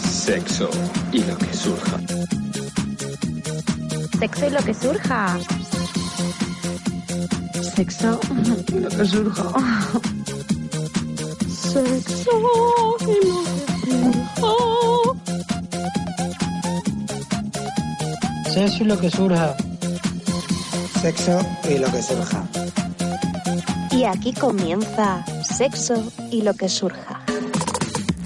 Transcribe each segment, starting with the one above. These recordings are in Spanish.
Sexo y lo que surja. Sexo y lo que surja. Sexo y lo que surja. Sexo y lo que surja. Sexo y lo que surja. Sexo y lo que surja. Y aquí comienza Sexo y lo que surja.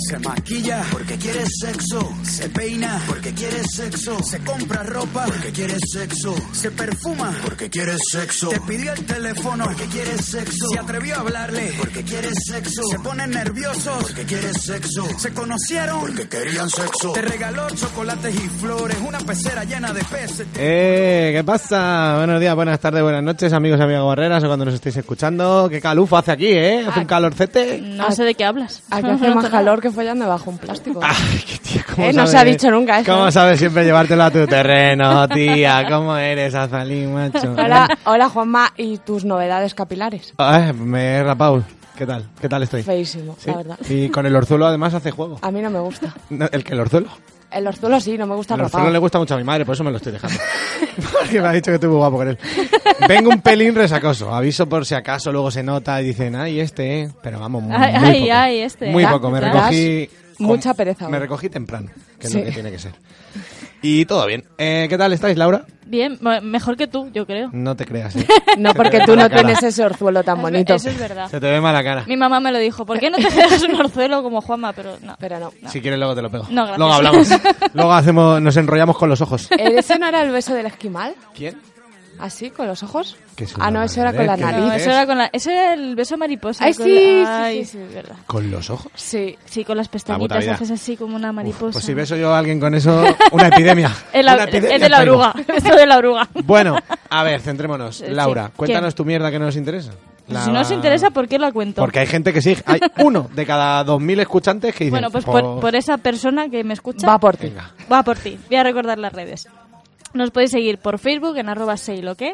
Se maquilla porque quiere sexo. Se peina porque quiere sexo. Se compra ropa porque quiere sexo. Se perfuma porque quiere sexo. Te pidió el teléfono porque quiere sexo. Se atrevió a hablarle porque quiere sexo. Se ponen nerviosos porque quiere sexo. Se conocieron porque querían sexo. Te regaló chocolates y flores. Una pecera llena de peces. ¡Eh! ¿Qué pasa? Buenos días, buenas tardes, buenas noches, amigos y amigas guerreras o cuando nos estéis escuchando. ¡Qué calufo hace aquí, eh! Hace un Ah. Eh, calorcete. No sé de qué hablas. Aquí hace más calor que follando bajo un plástico. ¿Cómo Eh, no se ha dicho nunca eso. ¿Cómo sabes siempre llevártelo a tu terreno, tía? ¿Cómo eres, Azalín, macho? Hola, hola Juanma, ¿y tus novedades capilares? Ay, me he rapado. ¿Qué tal? ¿Qué tal estoy? Feísimo, Sí. la verdad. Ah. Y con el orzuelo además hace juego. A mí no me gusta. No, ¿El que el orzuelo? El orzuelo sí, no me gusta El orzuelo rapado. le gusta mucho a mi madre, por eso me lo estoy dejando. Porque me ha dicho que estoy muy guapo con él. Vengo un pelín resacoso. Aviso por si acaso luego se nota y dicen, ay, este, eh". Pero vamos, muy, Ay, muy ay, poco. ay, este. Muy Da- poco. Me das recogí... con- mucha pereza Me hoy. recogí temprano, que es Sí. lo que tiene que ser. Y todo bien. Eh, ¿Qué tal estáis, Laura? Bien, me- mejor que tú, yo creo. No te creas, ¿eh? No, Se te porque ve tú mala no cara. tienes ese orzuelo tan bonito. Eso es verdad. Se te ve mala cara. Mi mamá me lo dijo. ¿Por qué no te dejas un orzuelo como Juanma? Pero no. Pero no. Si quieres luego te lo pego. No, gracias. Luego hablamos. luego hacemos, nos enrollamos con los ojos. Eh, ¿Ese no era el beso del esquimal? ¿Quién? ¿Así, con los ojos? Que es Ah, una no, eso era con la barbaridad, que No, nariz. dices? eso era con la... Ese era el beso mariposa. Ay, con- sí, sí, Ay, sí, sí, es verdad. ¿Con los ojos? Sí. Sí, con las puta pestañitas vida. haces así como una mariposa. Pues si beso yo a alguien con eso, una epidemia. Es Una la- epidemia es de la traigo. oruga. Esto de la oruga. Bueno, a ver, centrémonos. Eh, Laura, sí. cuéntanos ¿Qué? tu mierda que no nos interesa. La- Si no os interesa, ¿por qué la cuento? Porque hay gente que sí. Hay uno de cada dos mil escuchantes que dicen... Bueno, pues por, por esa persona que me escucha. Va por ti. Venga. Va por ti. Voy a recordar las redes. Nos podéis seguir por Facebook en arroba sé y lo que,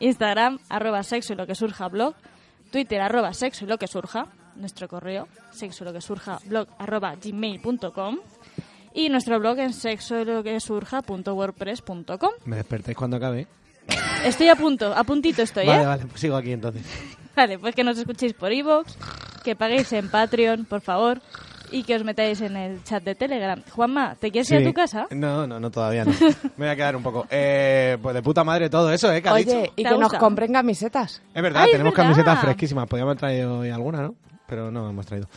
Instagram arroba sexo y lo que surja blog, Twitter arroba sexo y lo que surja, nuestro correo sexo y lo que surja blog arroba gmail.com y nuestro blog en sexo y lo que surja.wordpress.com. Me despertáis cuando acabe. ¿eh? Estoy a punto, a puntito estoy, Vale, ¿eh? vale, pues sigo aquí entonces. Vale, pues que nos escuchéis por iVoox, que paguéis en Patreon, por favor, y que os metáis en el chat de Telegram. Juanma, ¿te quieres ir Sí. a tu casa? No, no, no, todavía no. Me voy a quedar un poco. Eh, pues de puta madre todo eso, ¿eh? Que has dicho. Oye, y ¿Te que nos gusta? compren camisetas. Es verdad, Ay, es tenemos verdad. camisetas fresquísimas. Podíamos haber traído hoy alguna, ¿no? Pero no hemos traído.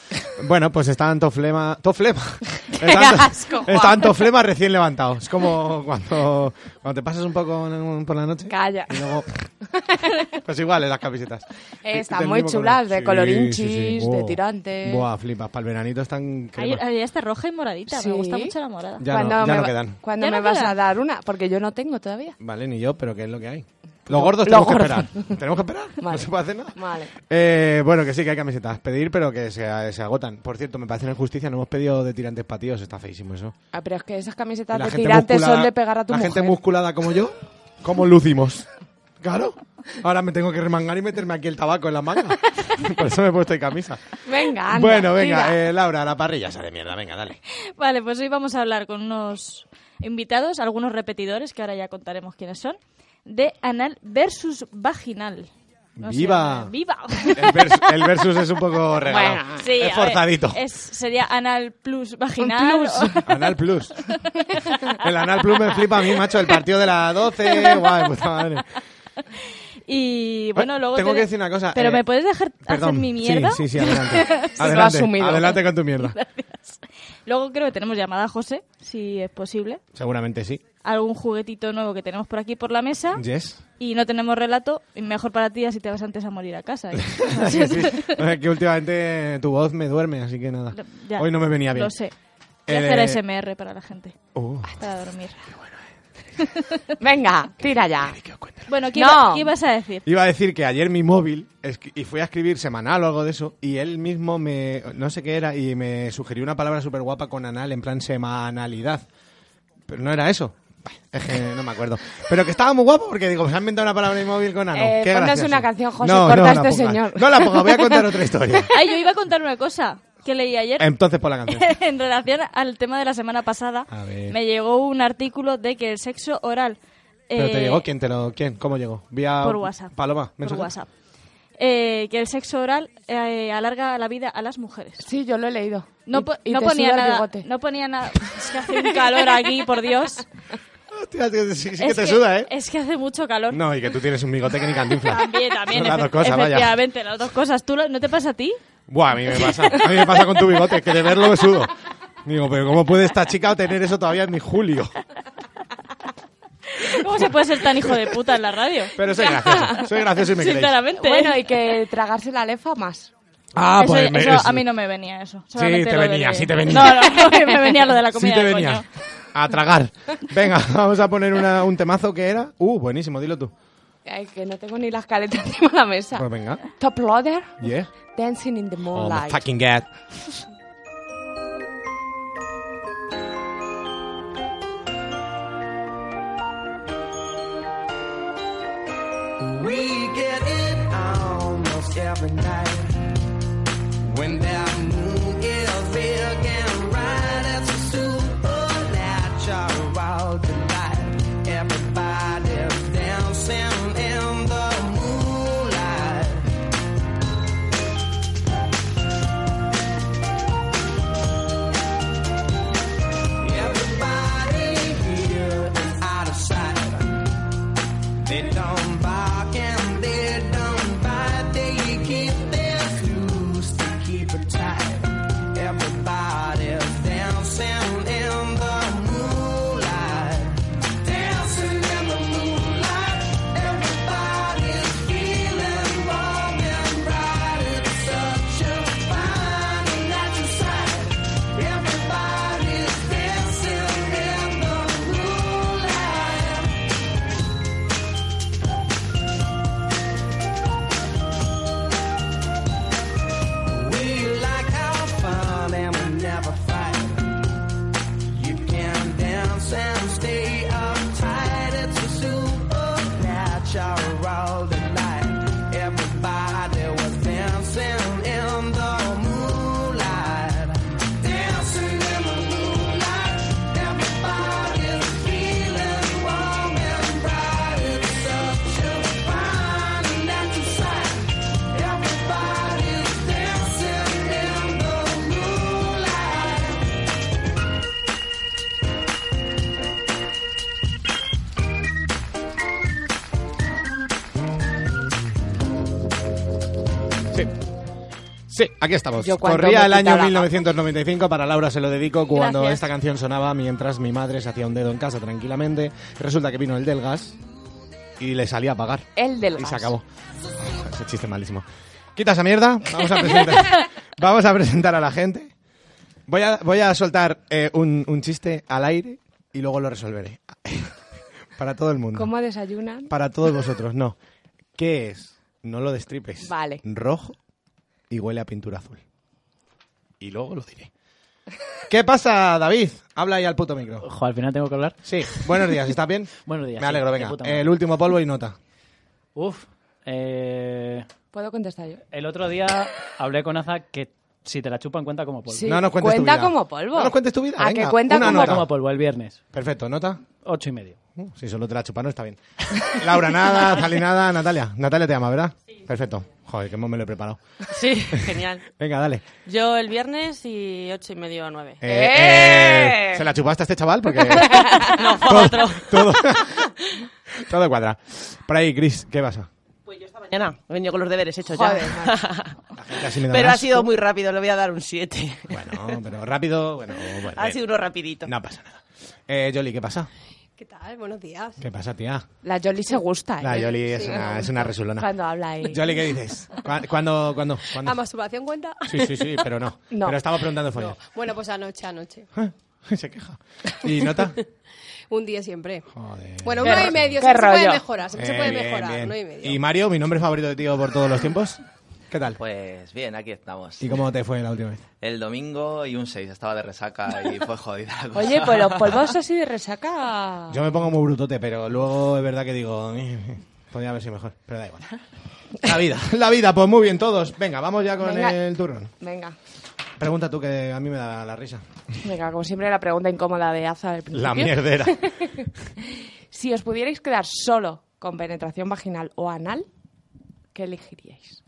Bueno, pues estaban Toflema. ¡Toflema! Estaban to- asco, Juan. Estaban Toflema recién levantados. Es como cuando, cuando te pasas un poco en- por la noche. Calla. Y luego. Pues igual, las camisetas. Eh, están Del muy mismo chulas, de colorinchis, de Buah. tirantes. Buah, flipas. Para el veranito están. Hay, crema. hay esta roja y moradita, Sí. me gusta mucho la morada. Ya no, ya me no va- quedan. ¿Cuándo Ya me no vas quedan. a dar una? Porque yo no tengo todavía. Vale, ni yo, pero ¿qué es lo que hay? Los gordos tenemos los que gordos. esperar. ¿Tenemos que esperar? No Vale. se puede hacer nada. Vale. Eh, bueno, que sí, que hay camisetas. Pedir, pero que se, se agotan. Por cierto, me parece una injusticia. No hemos pedido de tirantes patíos. Está feísimo eso. Ah, pero es que esas Y camisetas la de gente tirantes musculada- son de pegar a tu La mujer. gente musculada como yo, ¿cómo lucimos? Claro. Ahora me tengo que remangar y meterme aquí el tabaco en la manga. Por eso me he puesto en camisa. Venga, anda, bueno, venga, tira. eh, Laura, la parrilla sale mierda. Venga, dale. Vale, pues hoy vamos a hablar con unos invitados, algunos repetidores, que ahora ya contaremos quiénes son, de anal versus vaginal. sé, ¡Viva! ¡Viva! El, vers- el versus es un poco regalo. Bueno, Sí, a ver, es forzadito. Eh, es- sería anal plus vaginal. o- Anal Plus. El Anal Plus me flipa a mí, macho. El partido de las 12. Guay, puta madre. Y bueno, Ay, luego. tengo te- que decir una cosa, Pero eh, me puedes dejar Perdón. hacer mi mierda. Sí, sí, sí, adelante. lo ha adelante, asumido. adelante con tu mierda. Gracias. Luego creo que tenemos llamada a José, si es posible. Seguramente sí. algún juguetito nuevo que tenemos por aquí por la mesa Yes. y no tenemos relato, y mejor para ti así te vas antes a morir a casa. ¿eh? Sí, sí. Eh, que últimamente tu voz me duerme, así que nada. Ya, Hoy no me venía bien. Lo sé. Voy a Eh, hacer ASMR para la gente, Uh, para dormir. eh. Venga, tira ya. Bueno, ¿qué, No. iba- qué ibas a decir? Iba a decir que ayer mi móvil, esqui- y fui a escribir semanal o algo de eso, y él mismo me, no sé qué era, y me sugirió una palabra súper guapa con anal, en plan semanalidad. Pero no era eso. Bah, Es que no me acuerdo. Pero que estaba muy guapo porque digo, se ha inventado una palabra en mi móvil con anal. Eh, Qué ponnos gracioso. una canción, José, No, corta no la este pongas. señor. No la pongo, voy a contar otra historia. Ay, yo iba a contar una cosa que leí ayer. Entonces por la canción. en relación al tema de la semana pasada, A ver. me llegó un artículo de que el sexo oral. Pero te eh, llegó, ¿quién te lo, quién? ¿Cómo llegó? Vía Por WhatsApp. Paloma, Por mensaje. WhatsApp. Eh, que el sexo oral eh, alarga la vida a las mujeres. Sí, yo lo he leído. No, Y- po- y no te ponía suda el nada. bigote. No ponía nada. Es que hace un calor aquí, por Dios. Hostia, tío, sí, sí que Es te suda, ¿eh? Es que hace mucho calor. No, y que tú tienes un bigote que ni cantinflas. También, también. Son las efe- dos cosas, vaya. efectivamente, las dos cosas. ¿Tú lo- ¿No te pasa a ti? Buah, a mí me pasa. A mí me pasa con tu bigote, que de verlo me sudo. Digo, pero ¿cómo puede esta chica tener eso todavía en mi julio? ¿Cómo se puede ser tan hijo de puta en la radio? Pero soy gracioso. Soy gracioso y me queréis. Sinceramente. Bueno, y que tragarse la lefa más. Ah, eso, pues me- eso es- a mí no me venía eso. Sí, Solamente te lo venía, de- sí te venía. No, no, no, me venía lo de la Sí comida. te de venía. coño. A tragar. Venga, vamos a poner una- un temazo que era. Uh, buenísimo, dilo tú. Ay, que no tengo ni las caletas encima de la mesa. Pues venga. Top Loader, Yeah. Dancing in the Oh, my Moonlight. fucking god. We get it almost every night. When that moon is big and bright, it's a supernatural delight. Everybody's dancing in the moonlight. Everybody here is out of sight. They don't bark and they don't bite. They keep their flues, they keep it tight. Everybody's dancing in the moonlight. Dancing in the moonlight. Everybody's feeling warm and bright. It's such a fine and natural sight. Everybody's dancing in the moonlight. We like our fun and we never fight. You can dance and stay uptight. It's a supernatural delight. Everybody was dancing in the moonlight. Dancing in the moonlight. Everybody's feeling warm and bright. It's such a fine and natural sight. Everybody's dancing in the moonlight. Sí. Sí, aquí estamos. Yo cuando Corría me el año quitaba- 1995, para Laura se lo dedico, cuando Gracias. esta canción sonaba mientras mi madre se hacía un dedo en casa tranquilamente. Resulta que vino el del gas y le salía a pagar. El del Y gas. se acabó. Ese chiste malísimo. Quita esa mierda, vamos a presentar, vamos a, presentar a la gente. Voy a, voy a soltar eh, un, un chiste al aire y luego lo resolveré. para todo el mundo. ¿Cómo desayunan? Para todos vosotros, no. ¿Qué es? No lo destripes. Vale. Rojo y huele a pintura azul. Y luego lo diré. ¿Qué pasa, David? Habla ahí al puto micro. Ojo, al final tengo que hablar. Sí, buenos días, ¿estás bien? Buenos días. Me sí, alegro, de venga. puta madre. El último polvo y nota. Uf. eh, ¿Puedo contestar yo? el otro día hablé con Aza que si te la chupan cuenta como polvo. Sí. No nos cuentes tu Cuenta vida. como polvo. No nos cuentes tu vida. A venga. que cuenta Una como- nota. Como polvo el viernes. Perfecto, nota. Ocho y medio. Uh, si solo te la chupan, no está bien. Laura, nada, Zali, nada, Natalia. Natalia te llama, ¿verdad? Perfecto. Joder, que me lo he preparado. Sí, genial. Venga, dale. Yo el viernes y ocho y medio a nueve. Eh, ¡Eh! eh, ¿Se la chupaste a este chaval? Porque. No, fue a otro. todo, todo cuadra. Por ahí, Chris, ¿qué pasa? Pues yo esta mañana he venido con los deberes hechos Joder, ya. Casi me da pero un ha asco. sido muy rápido, le voy a dar un siete. Bueno, pero rápido, bueno, bueno. Ha sido uno rapidito. No pasa nada. Eh, Jolly, ¿qué pasa? ¿Qué tal? Buenos días. ¿Qué pasa, tía? La Jolly se gusta. ¿eh? La Yoli es, Sí. una, es una resulona. Cuando habla ahí. Yoli, ¿qué dices? ¿Cuá- ¿Cuándo? ¿Cuándo? cuándo? ¿A masturbación cuenta? Sí, sí, sí, pero no. No. Pero estaba preguntando follar. Bueno, pues anoche, anoche. Se queja. ¿Y nota? Un día siempre. Joder. Bueno, Qué uno y ro- medio. qué Siempre se puede rollo. mejorar, siempre se Eh, puede bien, mejorar. bien. Uno y medio. ¿Y Mario, mi nombre favorito de tío por todos los tiempos? ¿Qué tal? Pues bien, aquí estamos. ¿Y cómo te fue la última vez? El domingo y un 6, estaba de resaca y fue jodida la cosa. Oye, pues los polvos así de resaca. Yo me pongo muy brutote, pero luego es verdad que digo... "Eh, Podría haber sido mejor, pero da igual. La vida, la vida, pues muy bien todos. Venga, vamos ya con Venga. el turno. Venga. Pregunta tú que a mí me da la risa. Venga, como siempre, la pregunta incómoda de Aza del principio. La mierdera. si os pudierais quedar solo con penetración vaginal o anal, ¿qué elegiríais?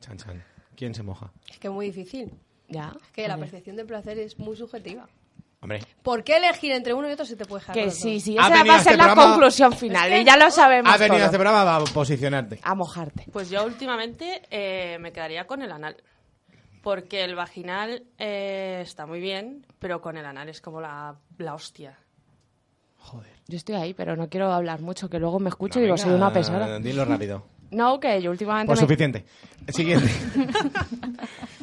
Chan, chan. ¿Quién se moja? Es que es muy difícil. Ya. Es que la Hombre. percepción del placer es muy subjetiva. Hombre. ¿Por qué elegir entre uno y otro si te puedes dejar Que los dos? sí, sí, Ha esa va venido a ser este la programa- conclusión final. Es que- y ya lo sabemos. Has venido a todo. este programa a posicionarte. A mojarte. Pues yo últimamente eh, me quedaría con el anal. Porque el vaginal eh, está muy bien, pero con el anal es como la, la hostia. Yo estoy ahí, pero no quiero hablar mucho, que luego me escucho y Venga, digo, soy una pesada. Dilo rápido. No, que yo últimamente. Pues me- suficiente. Siguiente.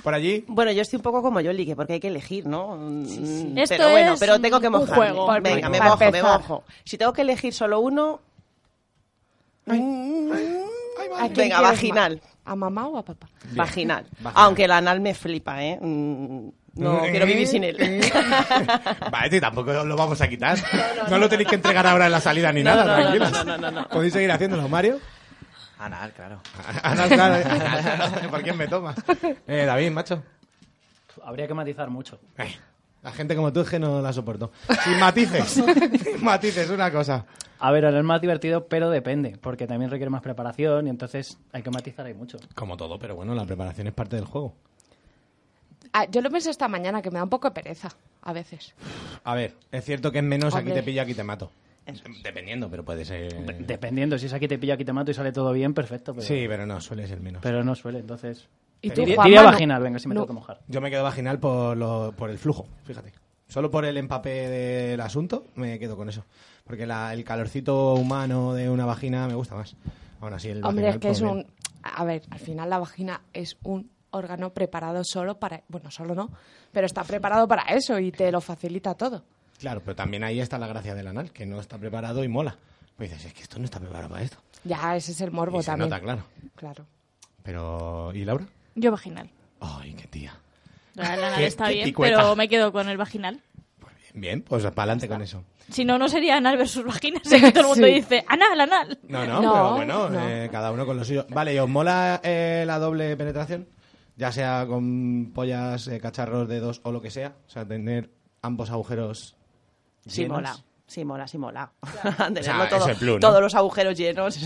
Por allí. Bueno, yo estoy un poco como Yoli, que porque hay que elegir, ¿no? Mm, Pero Esto bueno, es pero tengo que un mojarme. juego. Por- Venga, me para mojo, me empezar. mojo. Si tengo que elegir solo uno, ¿A quién Venga, quieres vaginal. más? ¿A mamá o a papá? vaginal. Vaginal. Aunque el anal me flipa, ¿eh? Mm, No Eh, quiero vivir sin él. Vale, sí, tampoco lo vamos a quitar. No, lo tenéis que entregar ahora en la salida ni No, nada, no, no, tranquilos. no, no, no, no, no. Podéis seguir haciéndolo, Mario. Anal, claro. Ana, claro, ¿eh? ¿Por quién me toma? Eh, David, macho. Habría que matizar mucho. Eh, La gente como tú es que no la soporto. Sin matices. Sin matices, una cosa. A ver, ahora es más divertido, pero depende, porque también requiere más preparación y entonces hay que matizar ahí mucho. Como todo, pero bueno, la preparación es parte del juego. Ah, yo lo pensé esta mañana, que me da un poco de pereza, a veces. A ver, es cierto que es menos aquí Hombre. te pillo, aquí te mato. Dependiendo, pero puede ser... Dependiendo, si es aquí te pillo, aquí te mato y sale todo bien, perfecto. Pero, Sí, pero no, suele ser menos. pero no suele, entonces... ¿Y tú, diría, Juanma, diría no- vaginal, venga, si me no- tengo que mojar. Yo me quedo vaginal por, lo- por el flujo, fíjate. Solo por el empape del asunto me quedo con eso. Porque la- el calorcito humano de una vagina me gusta más. Aún así, el Hombre, es vaginal, que es pues, un. bien. A ver, al final la vagina es un órgano preparado solo para. Bueno, solo no, pero está preparado para eso y te lo facilita todo. Claro, pero también ahí está la gracia del anal, que no está preparado y mola. Pues dices, es que esto no está preparado para esto. Ya, ese es el morbo Y se también. nota, claro. Claro. Pero, ¿y Laura? Yo vaginal. Ay, qué tía. La del anal Qué- está qué bien, picueta. pero me quedo con el vaginal. Bien, pues para adelante con eso. Si no, no sería anal versus vagina. sé que todo el mundo Sí. dice, anal, anal. No, no, No, pero bueno, no. eh, cada uno con lo suyo. Vale, ¿y os mola eh, la doble penetración? Ya sea con pollas, eh, cacharros, dedos o lo que sea. O sea, tener ambos agujeros Sí, llenos. mola. Sí, mola, sí, mola. Tenerlo O sea, todo- es el plus, ¿no? Todos los agujeros llenos.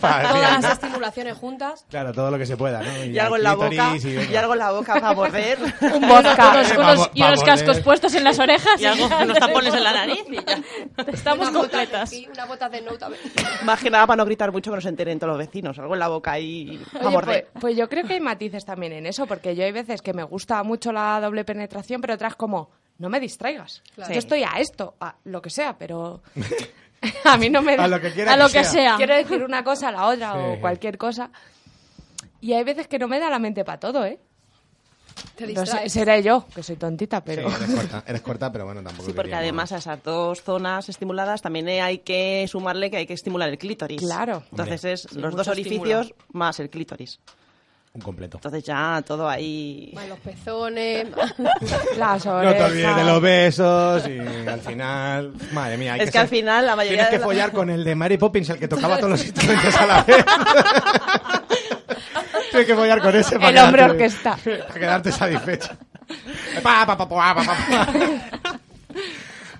Para- Todas las estimulaciones juntas. Claro, todo lo que se pueda, ¿no? Y algo en la clítoris boca. y venga. Y algo en la boca para morder. Un vodka. Unos- Eh, unos- vamos- y unos vamos, cascos eh. puestos en las orejas. Y algo- unos tapones en la nariz Estamos Una bota de completas. sí, Una bota de no también. Más que nada para no gritar mucho que nos enteren todos los vecinos. Algo en la boca y para Oye, morder. pues, pues yo creo que hay matices también en eso, porque yo hay veces que me gusta mucho la doble penetración, pero otras como, no me distraigas. Claro. Yo estoy a esto, a lo que sea, pero a mí no me... A lo que quiera A que lo que sea. sea. Quiero decir una cosa, a la otra Sí. o cualquier cosa. Y hay veces que no me da la mente para todo, ¿eh? Te No sé, distraes. seré yo, que soy tontita, Sí, pero... eres corta, eres corta, pero bueno, tampoco Sí, porque queríamos- además a esas dos zonas estimuladas también eh, hay que sumarle que hay que estimular el clítoris. Claro. Entonces Hombre. es Sí, los mucho dos estímulo. orificios más el clítoris. Un completo. Entonces ya todo ahí... Más los pezones. Las No te orejas. olvides de los besos y al final... Madre mía, hay Es que al ser- final la mayoría Tienes de que la- follar con el de Mary Poppins, el que tocaba todos los instrumentos a la vez. Tienes que follar con ese para El hombre quedarte- orquesta. Para quedarte satisfecho. Pa, pa, pa, pa, pa, pa, pa.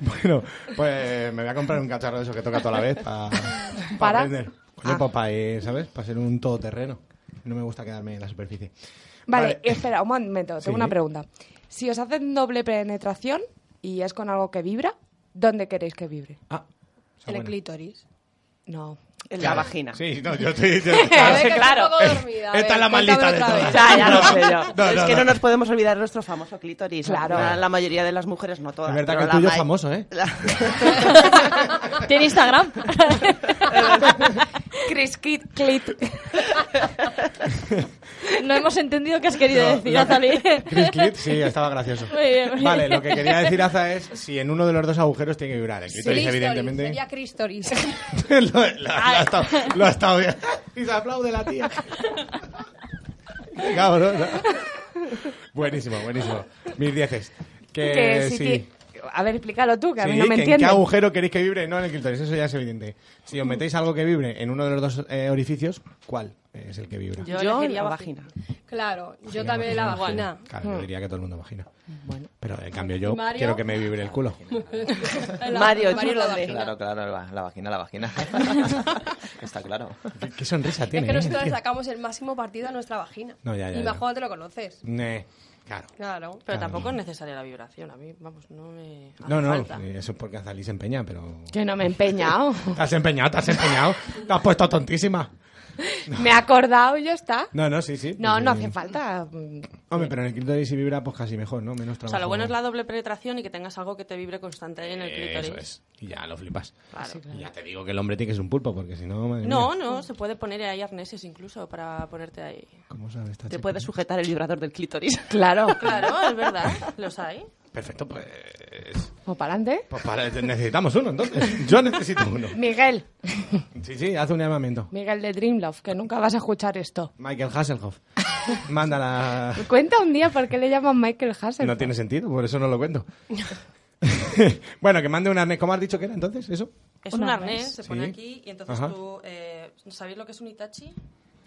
Bueno, pues me voy a comprar un cacharro de esos que toca toda la vez pa- pa ¿Para? aprender. Coño, pues para ir, ¿sabes? Para ser un todoterreno. No me gusta quedarme en la superficie. Vale, espera, un momento, tengo Sí. una pregunta. Si os hacen doble penetración y es con algo que vibra, ¿dónde queréis que vibre? Ah, En el clítoris. No, en la Claro. vagina. Sí, no, yo estoy- yo- claro, que estoy claro. un poco dormida, a ver, Esta es la maldita cuéntamelo de otra todas. Ya, vez. ya lo sé yo. No, es no, que no. no. nos podemos olvidar de nuestro famoso clítoris. Claro. La, la mayoría de las mujeres, no todas. Es verdad pero que el la tuyo es ma- famoso, ¿eh? ¿Tiene Instagram? Chris Kit No hemos entendido qué has querido No, lo decir, que- Azalí. Chris Clit, sí, estaba gracioso. Muy bien, muy Vale, bien. lo que quería decir Aza es si en uno de los dos agujeros tiene que vibrar. El clítoris, evidentemente. Sería Cristoris. lo, lo- lo ha estado, lo ha estado bien. Y se aplaude la tía. Cabrón. Buenísimo, buenísimo. Mis dieces. Que, Que si Eh, sí. ti- A ver, explícalo tú, que a mí Sí, no que me en qué entiendes. agujero queréis que vibre, no en el clítoris, eso ya es evidente. Si os metéis algo que vibre en uno de los dos eh, orificios, ¿cuál es el que vibra? Yo, elegiría la vagina. vagina. Claro, yo Sí, también la vagina. Claro, Mm. yo diría que todo el mundo vagina. Pero en cambio yo Mario. quiero que me vibre el culo. Mario, Mario tú la dónde. vagina. Claro, claro, la, la vagina, la vagina. Está claro. Qué- Qué sonrisa Es tiene. que ¿eh? nosotros le Tío. sacamos el máximo partido a nuestra vagina. No, ya, ya, y ya. más cuando te lo conoces. Ne, claro. Claro. Pero Claro. tampoco es necesaria la vibración. A mí, vamos, no me. hace No, no, falta. eh, eso es porque Azalí se empeña, pero... Que no me he empeñado. Te has empeñado, te has empeñado. pues- Te has puesto tontísima. me he acordado y ya está. No, no, sí, sí. No, no Eh, hace falta. Hombre, pero en el clítoris si vibra, pues casi mejor, ¿no? Menos mm, O trabajo. sea, lo bueno es la doble penetración y que tengas algo que te vibre constante en el clítoris. Eso es. Y ya lo flipas. Claro. Sí, Y ya te digo que el hombre tiene que ser un pulpo, porque si no... madre No, mía. no, se puede poner ahí arneses incluso para ponerte ahí. ¿Cómo sabe esta Te chica? puedes sujetar el vibrador del clítoris. Claro. Claro, es verdad, los hay. Perfecto, pues... O para adelante. Pues para... necesitamos uno, entonces. Yo necesito uno. Miguel, Sí, sí, haz un llamamiento. Miguel de Dreamlove, que nunca vas a escuchar esto. Michael Hasselhoff. Mándala. Cuenta un día por qué le llaman Michael Hassel. No tiene sentido, por eso no lo cuento. bueno, que mande un arnés. ¿Cómo has dicho que era entonces eso? Es un, arnés, se pone Sí. aquí y entonces Ajá. tú... Eh, ¿Sabéis lo que es un itachi?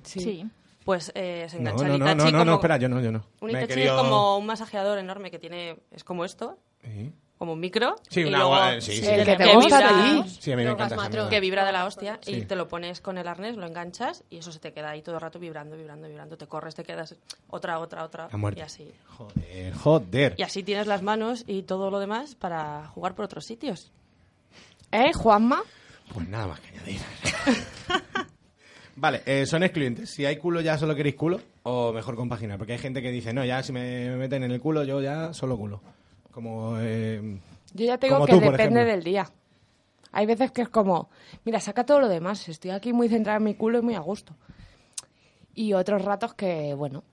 Sí. Pues eh, se No, engancha no, el no, itachi no, no, como... no, espera, yo no, yo no. Un Me he itachi querido- es como un masajeador enorme que tiene... Es como esto, Sí. como un micro. Sí, y una luego- gua- eh, sí, sí. El que te gusta a vibra- ti. Sí, a mí me encanta esa mierda. Que vibra de la hostia Sí. y te lo pones con el arnés, lo enganchas y eso se te queda ahí todo el rato vibrando, vibrando, vibrando. Te corres, te quedas otra, otra, otra A muerte. y así. Eh, joder. Y así tienes las manos y todo lo demás para jugar por otros sitios. ¿Eh, Juanma? Pues nada más que añadir. vale, eh, son excluyentes. Si hay culo, ya solo queréis culo. O mejor compaginar. Porque hay gente que dice, no, ya si me me meten en el culo, yo ya solo culo. Como. eh, Yo ya tengo como que tú, por depende ejemplo. del día. Hay veces que es como, mira, saca todo lo demás. Estoy aquí muy centrada en mi culo y muy a gusto. Y otros ratos que, bueno,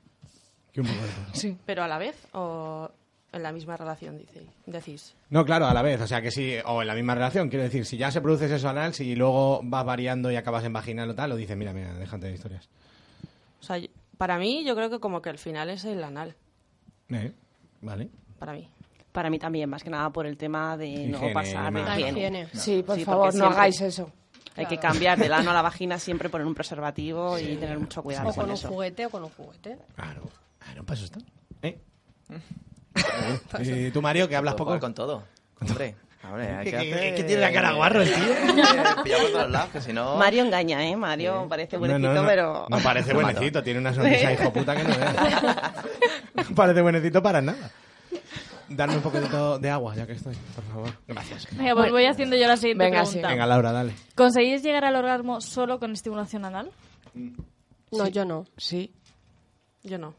que un poco de todo. sí. Pero a la vez o en la misma relación, dice, decís. No, claro, a la vez. O sea, que sí, o en la misma relación. Quiero decir, si ya se produce sexo anal, si luego vas variando y acabas en vaginal o tal, o dices, mira, mira, déjate de historias. O sea, yo- para mí yo creo que como que el final es el anal, Eh, Vale. para mí. Para mí también, más que nada por el tema de no Higiene, pasar más. higiene. Higiene. Sí, por porque favor, no siempre hagáis eso. Hay que cambiar del ano a la vagina siempre poner un preservativo y tener mucho cuidado O con, con un eso. juguete o con un juguete. Claro. Claro, para eso está. ¿Eh? ¿Y tú, Mario, que hablas Puedo poco? jugar Pues con todo. Hombre, hombre, hay ¿Qué- que qué- hacer- qué tiene la cara guarro el tío? Eh, Pillado por todos lados, que si no... Mario engaña, ¿eh? Mario parece buenecito, no, no, pero... No parece buenecito, tiene una sonrisa hijo puta que no veas. No parece buenecito para nada. Darme un poquito de agua, ya que estoy, por favor. Gracias. Venga, pues voy haciendo yo la siguiente Venga, sí. pregunta. Venga, Laura, dale. ¿Conseguís llegar al orgasmo solo con estimulación anal? No, yo no. Sí, Yo no.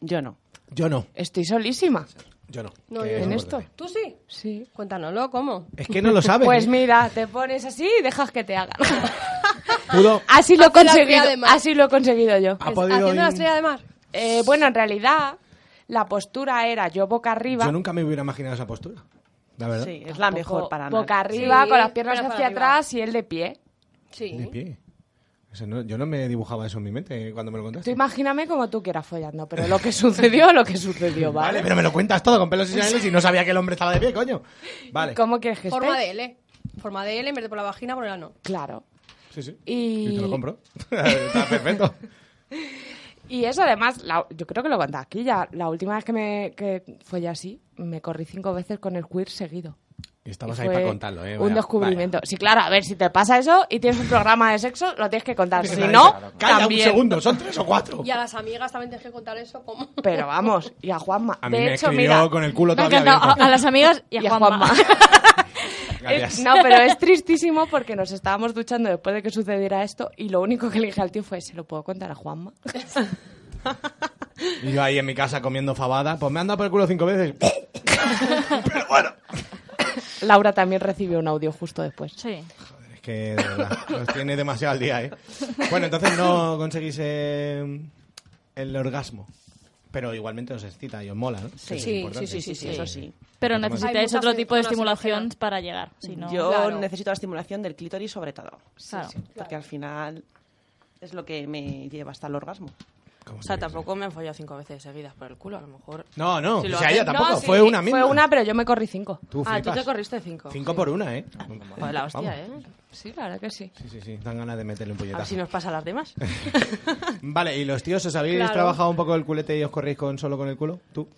Yo no. Yo no, estoy solísima. yo no. No, Eh, yo ¿En soporte. esto? ¿Tú sí? Sí. Cuéntanoslo, ¿cómo? Es que no lo sabes. Pues ¿eh? mira, te pones así y dejas que te hagan. Pudo, Así lo he Hace la conseguido, estrella de mar. así lo he conseguido yo. ha podido ¿Haciendo la ir- estrella de mar? Eh, bueno, en realidad la postura era yo boca arriba. Yo nunca me hubiera imaginado esa postura. La verdad. Sí, es la mejor para nada. Boca arriba, Sí, con las piernas pero para hacia arriba. atrás y él de pie. De Sí. pie. Eso no- yo no me dibujaba eso en mi mente eh, cuando me lo Tú contaste. imagíname como tú quieras follando, pero lo que sucedió, lo que sucedió, Vale, ¿vale? pero me lo cuentas todo con pelos y señales y no sabía que el hombre estaba de pie, coño. Vale. ¿Cómo quieres que Forma esté? de L. Forma de L en vez de por la vagina, por el ano. Claro. Sí, sí. Y- Yo te lo compro. Está perfecto. Y eso además, la- yo creo que lo conté aquí ya. La última vez que me que follé así, me corrí cinco veces con el queer seguido. Y estabas Y ahí fue para contarlo, ¿eh? Un Vaya, descubrimiento. Sí, claro, a ver, si te pasa eso y tienes un programa de sexo, lo tienes que contar. vaya. Si no, Calla también. un segundo, son tres o cuatro. Y a las amigas también tienes que contar eso, ¿cómo? Pero vamos, y a Juanma. A mí de me hecho, escribió mira, con el culo Me ha todavía encantado. abierto. A, a las amigas y a, Juanma. Gracias. Es- no, pero es tristísimo porque nos estábamos duchando después de que sucediera esto y lo único que le dije al tío fue, ¿se lo puedo contar a Juanma? Y yo ahí en mi casa comiendo fabada, pues me han dado por el culo cinco veces. Laura también recibió un audio justo después. Sí. Es que de verdad, los tiene demasiado al día, ¿eh? Bueno, entonces no conseguís eh, el orgasmo. Pero igualmente os excita y os mola, ¿no? Sí, Eso es sí, importante. sí, sí, sí, sí, eso sí. Pero Hay que necesitáis Hay otro muchas tipo de zonas estimulación para llegar. Si no, Yo necesito la estimulación del clítoris sobre todo. Sí, Claro. sí, porque al final es lo que me lleva hasta el orgasmo. O sea, tampoco me han follado cinco veces seguidas por el culo, a lo mejor. No, no, Si lo o sea, haces- ella tampoco, No, sí, fue una misma. Fue una, pero yo me corrí cinco. Tú Ah, tú flipas. te corriste cinco. Ah, Cinco por una, ¿eh? Joder, la hostia, Vamos. ¿eh? Sí, la verdad que sí. Sí, sí, sí, dan ganas de meterle un A puñetazo. ver si nos pasa a las demás. Vale, ¿y los tíos os habéis Claro. trabajado un poco el culete y os corréis con solo con el culo? ¿Tú?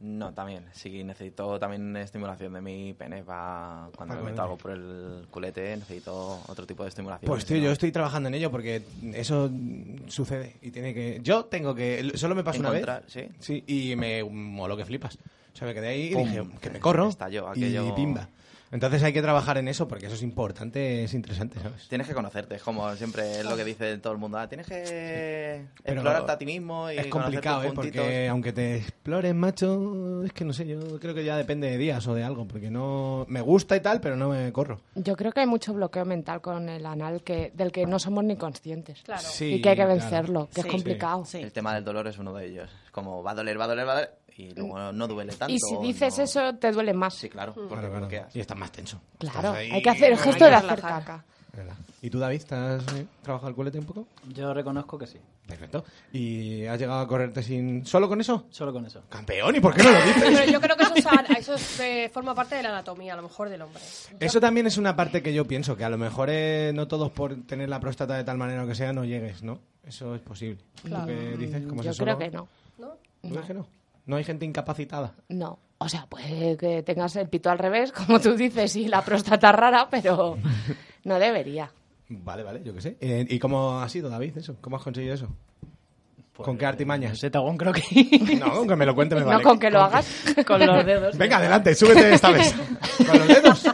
No, también. Sí, necesito también estimulación de mi pene. Va, cuando Para me meto comer. algo por el culete, necesito otro tipo de estimulación. Pues tío, yo estoy trabajando en ello porque eso mm, sucede y tiene que... Yo tengo que... Solo me pasó una vez. Encontrar, ¿sí? y me moló que flipas. O sea, me quedé ahí y Pum. dije, que me corro. Estalló, Y aquello- pimba. Entonces hay que trabajar en eso porque eso es importante, es interesante, ¿sabes? Tienes que conocerte, es como siempre es lo que dice todo el mundo. Ah, tienes que Pero explorarte a ti mismo y Es complicado, ¿eh? conocer tus puntitos. Porque aunque te explores, macho, es que no sé, yo creo que ya depende de días o de algo, porque no... Me gusta y tal, pero no me corro. Yo creo que hay mucho bloqueo mental con el anal que, del que no somos ni conscientes. Sí, y que hay que claro. vencerlo, que Sí. es complicado. El tema del dolor es uno de ellos. Es como va a doler, va a doler, va a doler. Y luego no duele tanto. Y si dices eso, te duele más. Mm. Sí, claro. Porque bloqueas. Y estás más tenso. Claro, Estás ahí- hay que hacer el gesto de hacer caca. ¿Verdad? ¿Y tú, David, has eh, trabajado el culete un poco? Yo reconozco que sí. Perfecto. ¿Y has llegado a correrte sin... ¿Solo con eso? Solo con eso. ¡Campeón! ¿Y por qué no lo dices? Pero yo creo que eso, es an- eso es, eh, forma parte de la anatomía, a lo mejor, del hombre. Eso también es una parte que yo pienso, que a lo mejor eh, no todos por tener la próstata de tal manera o que sea no llegues, ¿no? Eso es posible. ¿Tú Claro. Mm, qué Eh, dices? ¿Cómo Yo se creo solo- que no. ¿Tú crees que no? No hay gente incapacitada. No. O sea, puede que tengas el pito al revés, como tú dices, y la próstata rara, pero no debería. Vale, vale, yo qué sé. Eh, ¿Y cómo ha sido, David, eso? ¿Cómo has conseguido eso? ¿Con qué artimañas? Pues, Ese tagón creo que... No, con que me lo cuente me No, vale. con que lo hagas con los dedos. Venga, adelante, súbete esta vez. ¿Con los dedos?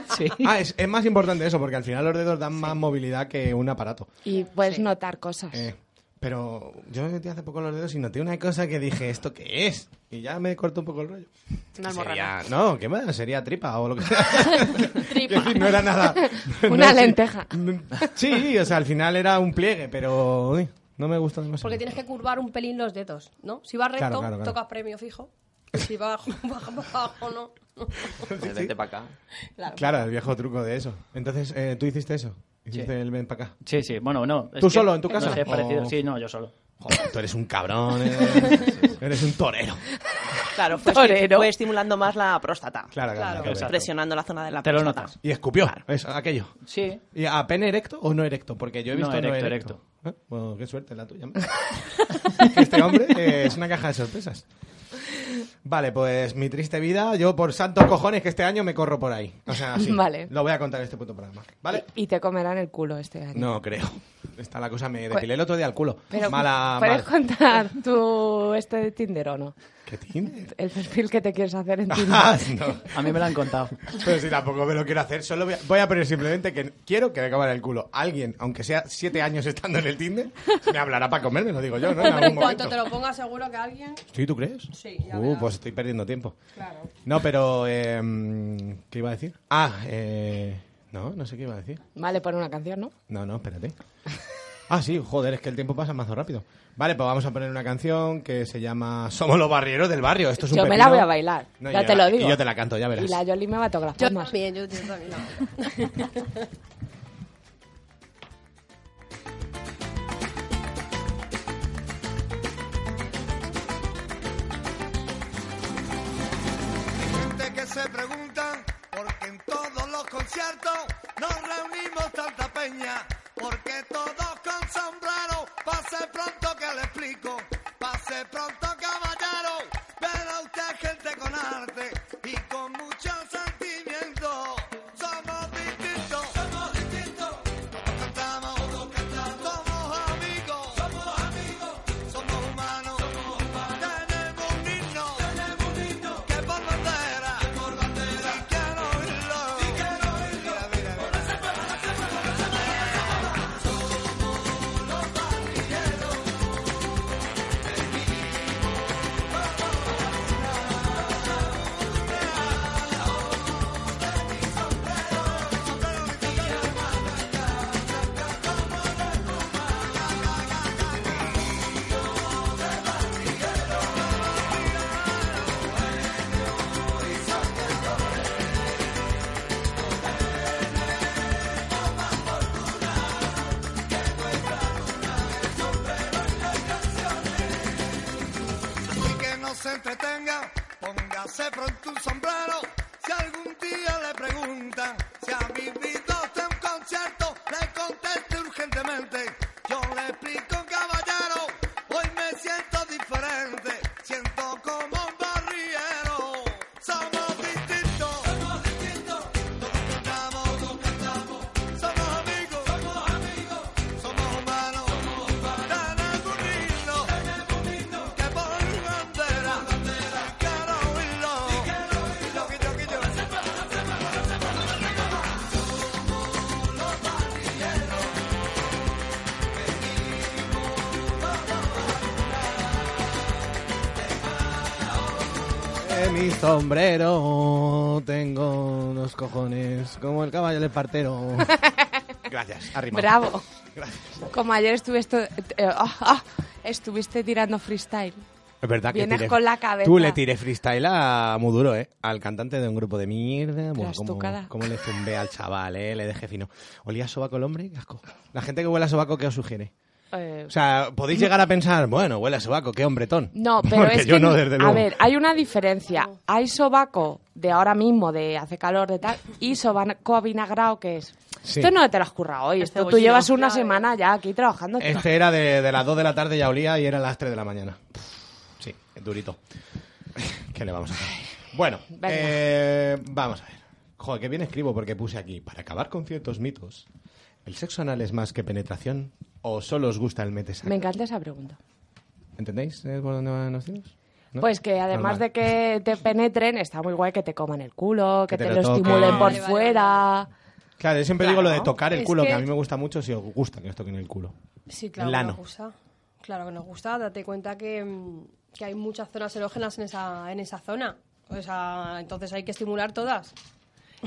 Ah, es, es más importante eso, porque al final los dedos dan más movilidad que un aparato. Y puedes notar cosas. Eh, pero yo me metí hace poco los dedos y noté una cosa que dije, ¿esto qué es? Y ya me cortó un poco el rollo. Una Sería, almorrana. no, ¿qué más? Sería tripa o lo que sea. Quiero decir, no era nada. Una sí. lenteja. Sí, o sea, al final era un pliegue, pero uy, no me gusta demasiado. Porque tienes que curvar un pelín los dedos, ¿no? Si vas recto, Claro, claro, claro. tocas premio fijo. Y si vas abajo, baja para abajo, no. Pues Vente para acá. Claro. Claro, el viejo truco de eso. Entonces, eh, ¿tú hiciste eso? Hiciste el ven para acá. Sí, sí, bueno, no. es ¿Tú que- solo en tu no casa? sé, es parecido. O- Sí, no, yo solo. Joder, tú eres un cabrón, eh. eres un torero. Claro, fue, Torero. fue estimulando más la próstata. Claro, claro, claro, Pues exacto. Presionando la zona de la Te lo próstata. Y escupió, eso, aquello. Sí. ¿Y a pene erecto o no erecto? Porque yo he No, visto no erecto. erecto, Ah, Bueno, qué suerte la tuya. este hombre eh, es una caja de sorpresas. Vale, pues mi triste vida, yo por santos cojones que este año me corro por ahí. O sea, sí. Vale. Lo voy a contar en este puto programa. ¿Vale? Y te comerán el culo este año. No creo. Está la cosa, me depilé el otro día al culo. Pero Mala, ¿Puedes mal. contar tú este de Tinder o no? ¿Qué Tinder? El perfil que te quieres hacer en Tinder. Ah, no. A mí me lo han contado. Pero si tampoco me lo quiero hacer, solo voy a, voy a poner simplemente que quiero que me coman el culo. Alguien, aunque sea siete años estando en el Tinder, me hablará para comerme, lo digo yo, ¿no? En Pero en algún cuanto momento. te lo ponga, seguro que alguien. ¿Sí, tú crees? Sí, ya Uh, verás. pues estoy perdiendo tiempo. Claro. No, pero... eh, ¿Qué iba a decir? Ah, eh, no, no sé qué iba a decir. Vale, pon una canción, ¿no? No, no, espérate. Ah, sí, joder, es que el tiempo pasa más rápido. Vale, pues vamos a poner una canción que se llama Somos los barrieros del barrio. Esto es un Yo me la pepino. voy a bailar, No, ya yo te la- lo digo. Y yo te la canto, ya verás. Y la Yoli me va a tocar las Yo palmas. también, yo, yo también. no. gente que se pregunta por qué en todos los conciertos nos reunimos tanta peña. Porque todos con sombrero, pase pronto que le explico, pase pronto caballero. Pero usted gente con arte y con mucho sentimiento. Somos distintos, somos distintos. Todos cantamos, todos cantamos. Somos amigos, somos amigos. Somos humanos, somos humanos. Tenemos un himno, tenemos un himno. Que por bandera, que por bandera. Si quiero oírlo, si quiero oírlo. barro en tu sombrero. Si algún día le preguntan si ha vivido usted un concierto, le conteste urgentemente. Yo le explico, caballero, hoy me siento diferente. Siento como un barriero. Somos distintos. Somos distintos. Todos cantamos, todos cantamos. Somos amigos. Somos amigos. Somos humanos. Somos humanos. Tenemos un himno. Tenemos un himno. Que por bandera. bandera. Quiero oírlo. Quiero oírlo. Quito, quito. En mi sombrero tengo unos cojones como el caballo del partero. Gracias, arrimado. Bravo. Gracias. Como ayer estuviste, eh, ah, ah, estuviste tirando freestyle. Es verdad que Vienes tiré- con la cabeza. Tú le tiré freestyle a Muduro, ¿eh? Al cantante de un grupo de mierda. Bueno, has como, tocado. como le zumbé al chaval, ¿eh? Le dejé fino. ¿Olía a sobaco el hombre? Qué asco. La gente que huele a sobaco, ¿qué os sugiere? Eh, O sea, podéis llegar a pensar, bueno, huele a sobaco, qué hombretón. No, pero Porque es yo que no, ni- desde luego. A ver, hay una diferencia. Hay sobaco de ahora mismo, de hace calor, de tal, y sobaco avinagrado que es. Sí. Esto no te lo has currado hoy. Esto tú cebollino, llevas una claro. semana ya aquí trabajando. Este era de, de las 2 de la tarde, ya olía, y era las 3 de la mañana. Sí, es durito. ¿Qué le vamos a hacer? Bueno, Venga. eh, vamos a ver. Joder, qué bien escribo porque puse aquí. Para acabar con ciertos mitos, ¿el sexo anal es más que penetración o solo os gusta el metesaco? Me encanta esa pregunta. ¿Entendéis eh, por dónde van los tiros? ¿No? Pues que además Normal. de que te penetren, está muy guay que te coman el culo, que, Que te, te lo lo toquen. estimulen por Vale, vale, fuera. Claro, yo siempre digo lo de tocar el Es culo, que... que- a mí me gusta mucho si os gusta que os toquen el culo. Sí, claro El que ano. nos gusta. Claro que nos gusta. Date cuenta que, mm, que hay muchas zonas erógenas en esa, en esa zona. O sea, entonces hay que estimular todas.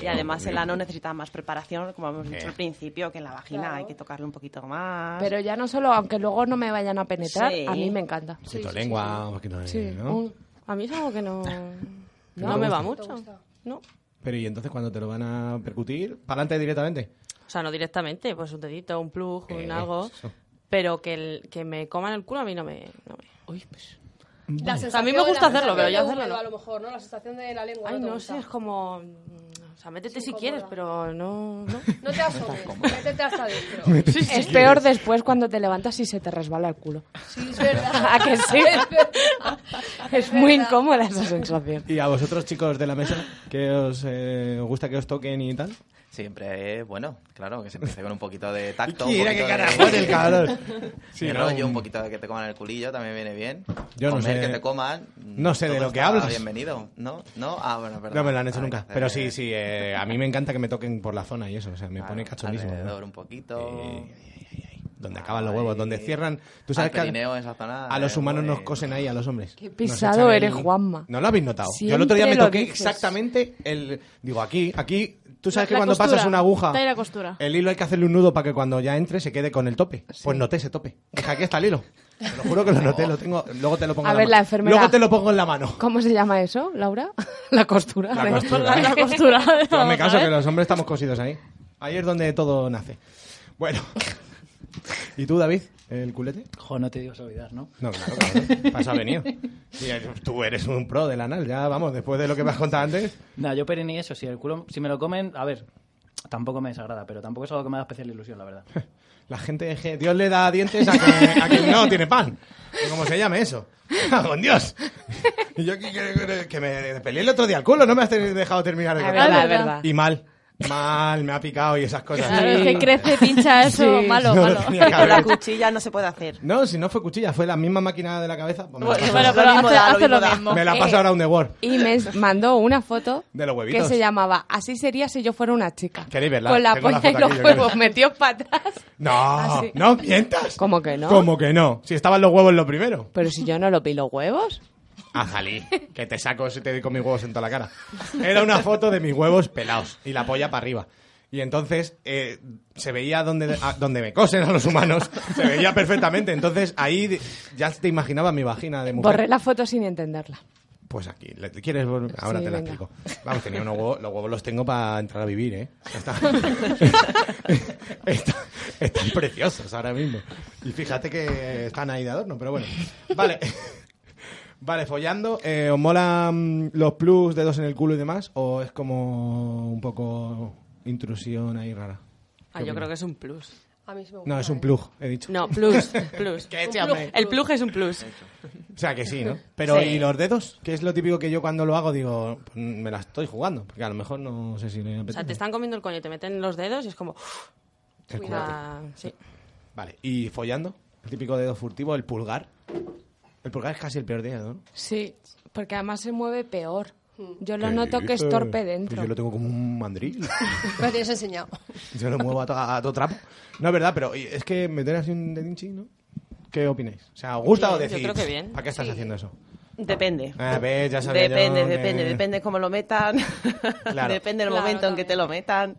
Y además el ano necesita más preparación, como hemos dicho Eh. al principio, que en la vagina Claro. hay que tocarle un poquito más. Pero ya no solo, aunque luego no me vayan a penetrar, Sí. a mí me encanta. Un poquito de lengua, un poquito de... Sí, ¿no? un- a mí es algo que no, no, no te me va gusta? mucho. No. Pero ¿y entonces cuando te lo van a percutir? ¿Para adelante directamente? O sea, no directamente, pues un dedito, un plug, un Eh, algo. eso. Pero que, el- que me coman el culo a mí no me... no me- Uy, pues... La a sensación- mí me gusta la hacerlo, pero sensación ya de húmedo, hacerlo... A lo mejor, ¿no? La sensación de la lengua. Ay, te no gusta. sé, es como... mm, O sea, métete si quieres, pero no... No, No te asomes, métete hasta adentro. Es peor después cuando te levantas y se te resbala el culo. Sí, es verdad. ¿A que sí? Es verdad. Es Es muy verdad. incómoda esa sensación. ¿Y a vosotros, chicos de la mesa, que os eh, os gusta que os toquen y tal? Siempre es bueno, claro, que se empiece con un poquito de tacto. Mira un poquito qué de- carajón el cabrón. Sí, de no, rollo, un- un poquito de que te coman el culillo también viene bien. Yo no Comer, sé- que te coman. no sé de todo lo que está hablas. Bienvenido, ¿no? ¿No? Ah, bueno, perdón. No me lo han hecho Hay nunca. que hacer Pero sí, sí, eh, a mí me encanta que me toquen por la zona y eso, o sea, me pone cachondísimo. Alrededor ¿no? un poquito. Donde acaban los huevos, donde cierran. Eh, Tú sabes Al que a- perineo, esa zona, a los eh, humanos nos joder. cosen ahí, a los hombres. Qué pisado eres, Juanma. No lo habéis notado. Yo el otro día me Siempre lo toqué dices. exactamente el. Digo, aquí, aquí. Tú sabes que La cuando costura, pasas una aguja. está ahí la costura. El hilo hay que hacerle un nudo para que cuando ya entre se quede con el tope. Pues noté ese tope. Dije, aquí está el hilo. Te lo juro que lo noté, lo tengo. Luego te lo pongo A en ver, la la mano. enfermera- Luego te lo pongo en la mano. ¿Cómo se llama eso, Laura? La costura. La ¿eh? costura. La costura. No me Vamos a caso ver. que los hombres estamos cosidos ahí. Ahí es donde todo nace. Bueno. ¿Y tú, David? ¿El culete? Jo, no te digas olvidar, ¿no? No, claro, claro. Para eso ha venido. Sí, Tú eh, eres un pro del anal, ya vamos, después de lo que me has contado antes. No, yo ni eso, si el culo, si me lo comen, a ver, tampoco me desagrada, pero tampoco es algo que me haga especial ilusión, la verdad. La gente es que Dios le da dientes a que- a quien no tiene pan. O como se llame eso. Ah, Con Dios. Y yo que, que- que me peleé el otro día al culo, no me has te- dejado terminar de Es contar. verdad, es verdad. Y mal. Mal, me ha picado y esas cosas. Claro, es que crece, pincha eso, Sí. malo, No lo malo. tenía que haber hecho. Cuchilla no se puede hacer. No, si no fue cuchilla, fue la misma máquina de la cabeza. pues me la Bueno, paso bueno, ahora. pero Lo mismo hace- da, lo hace mismo lo da. mismo. Me la Eh, pasa ahora un The War. Y me mandó una foto De los que huevitos. se llamaba Así sería si yo fuera una chica. ¿Queréis verla? Con la Tengo la polla y foto aquí, los yo huevos creo. metidos para atrás. No, no mientas. ¿Cómo que no? Como que no. Si estaban los huevos lo primero. Pero Pues si yo no lo pilo huevos. Ajalí, Ah, que te saco si te doy con mis huevos en toda la cara. Era una foto de mis huevos pelados y la polla para arriba. Y entonces eh, se veía donde, a- donde me cosen a los humanos, se veía perfectamente. Entonces ahí de- ya te imaginaba mi vagina de mujer. Borré la foto sin entenderla. Pues aquí, ¿le- ¿quieres? vol- Ahora Sí, te la venga. explico. Vamos, tenía unos huevos, los huevos los tengo para entrar a vivir, ¿eh? Está- está- están preciosos ahora mismo. Y fíjate que están ahí de adorno, pero bueno. Vale. Vale, follando, eh, ¿os molan los plus, dedos en el culo y demás? ¿O es como un poco intrusión ahí rara? Ah, yo creo que es un plus. A mí sí me gusta. ¿eh? No, es un plug, he dicho. No, plus, plus. ¿Qué, Un tío, plug. hombre? El plug es un plus. O sea, que sí, ¿no? Pero Sí. ¿y los dedos? Que es lo típico que yo cuando lo hago digo, "Mm, me la estoy jugando. Porque a lo mejor no sé si le O apetece. sea, te están comiendo el coño, te meten los dedos y es como... El O culete. sea, sí. Vale, ¿y follando? El típico dedo furtivo, el pulgar. El pulgar es casi el peor dedo, ¿no? Sí, porque además se mueve peor. Hmm. Yo lo ¿Qué noto que es dices? torpe Pues dentro. yo lo tengo como un mandril. Me tienes enseñado. Yo lo muevo a to- a todo trapo. No, es verdad, pero es que meter así un dedinchi, ¿no? ¿Qué opináis? O sea, ¿os gusta Bien, o yo decís? creo que bien. ¿Para qué estás haciendo eso? Depende. A ver, Ah, ya sabía depende, yo que- depende, depende cómo lo metan, Claro. depende del Claro, momento en que te lo metan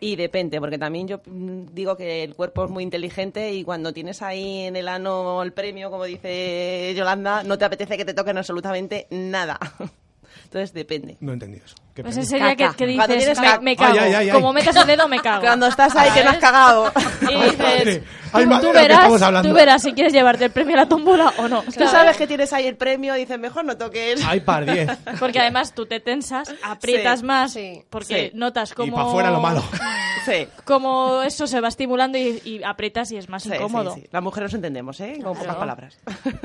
y depende, porque también yo mm, digo que el cuerpo es muy inteligente y cuando tienes ahí en el ano el premio, como dice Yolanda, no te apetece que te toquen absolutamente nada. Entonces depende. No he entendido eso. Qué Pues pena. ese día que, Caca. que Cuando dices, tienes me, caca. me cago. Ay, ay, ay, ay. Como metas el dedo, me cago. Cuando estás ahí que no has cagado. Y Ay, dices, madre. Ay, tú, madre, tú lo que verás, estamos hablando. tú verás si quieres llevarte el premio a la tómbola o no. Tú sabes que tienes ahí el premio y dices, mejor no toques. Ay, par diez. Porque además tú te tensas, aprietas Sí, más, Sí. porque notas como... Y para afuera lo malo. Sí. Como eso se va estimulando y, y aprietas y es más Sí, sí, incómodo. sí. Las mujeres nos entendemos, ¿eh? Con pocas Claro. palabras.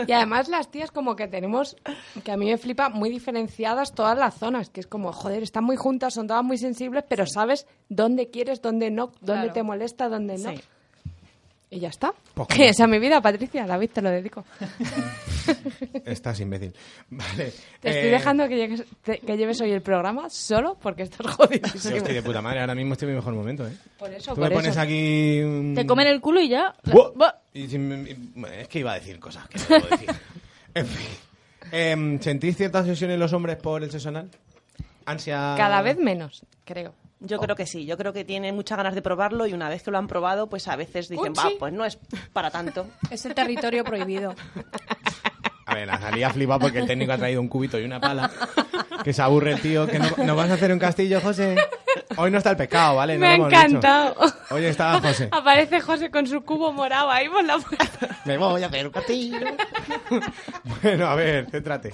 Y además las tías como que tenemos, que a mí me flipa, muy diferenciadas todas las zonas, que es como, joder, están muy juntas, son todas muy sensibles, pero sabes dónde quieres, dónde no, dónde Claro. te molesta, dónde no. Sí. Y ya está. Pues Que claro. esa es mi vida, Patricia, David, te lo dedico. Estás imbécil. Vale. Te eh, estoy dejando que, llegues- te- que lleves hoy el programa solo porque estás jodidísimo. Yo estoy de puta madre, ahora mismo estoy en mi mejor momento, ¿eh? Por eso, Tú por me pones eso. aquí... un- Te comen el culo y ya... ¡Buah! Buah. Y si me- y- es que iba a decir cosas que no puedo decir. En fin. Em, ¿Sentís cierta obsesión en los hombres por el sexo anal? Ansia... Cada vez menos, creo. Yo creo que sí, yo creo que tienen muchas ganas de probarlo y una vez que lo han probado, pues a veces dicen, Uchi. va, pues no es para tanto. Es el territorio prohibido. A ver, Natalia flipa porque el técnico ha traído un cubito y una pala. Que se aburre el tío. Que no, ¿no vas a hacer un castillo, José. Hoy no está el pescado, ¿vale? No me lo ha hemos dicho. encantado. Hoy estaba José. Aparece José con su cubo morado ahí por la puerta. Me voy a hacer un castillo. Bueno, a ver, céntrate.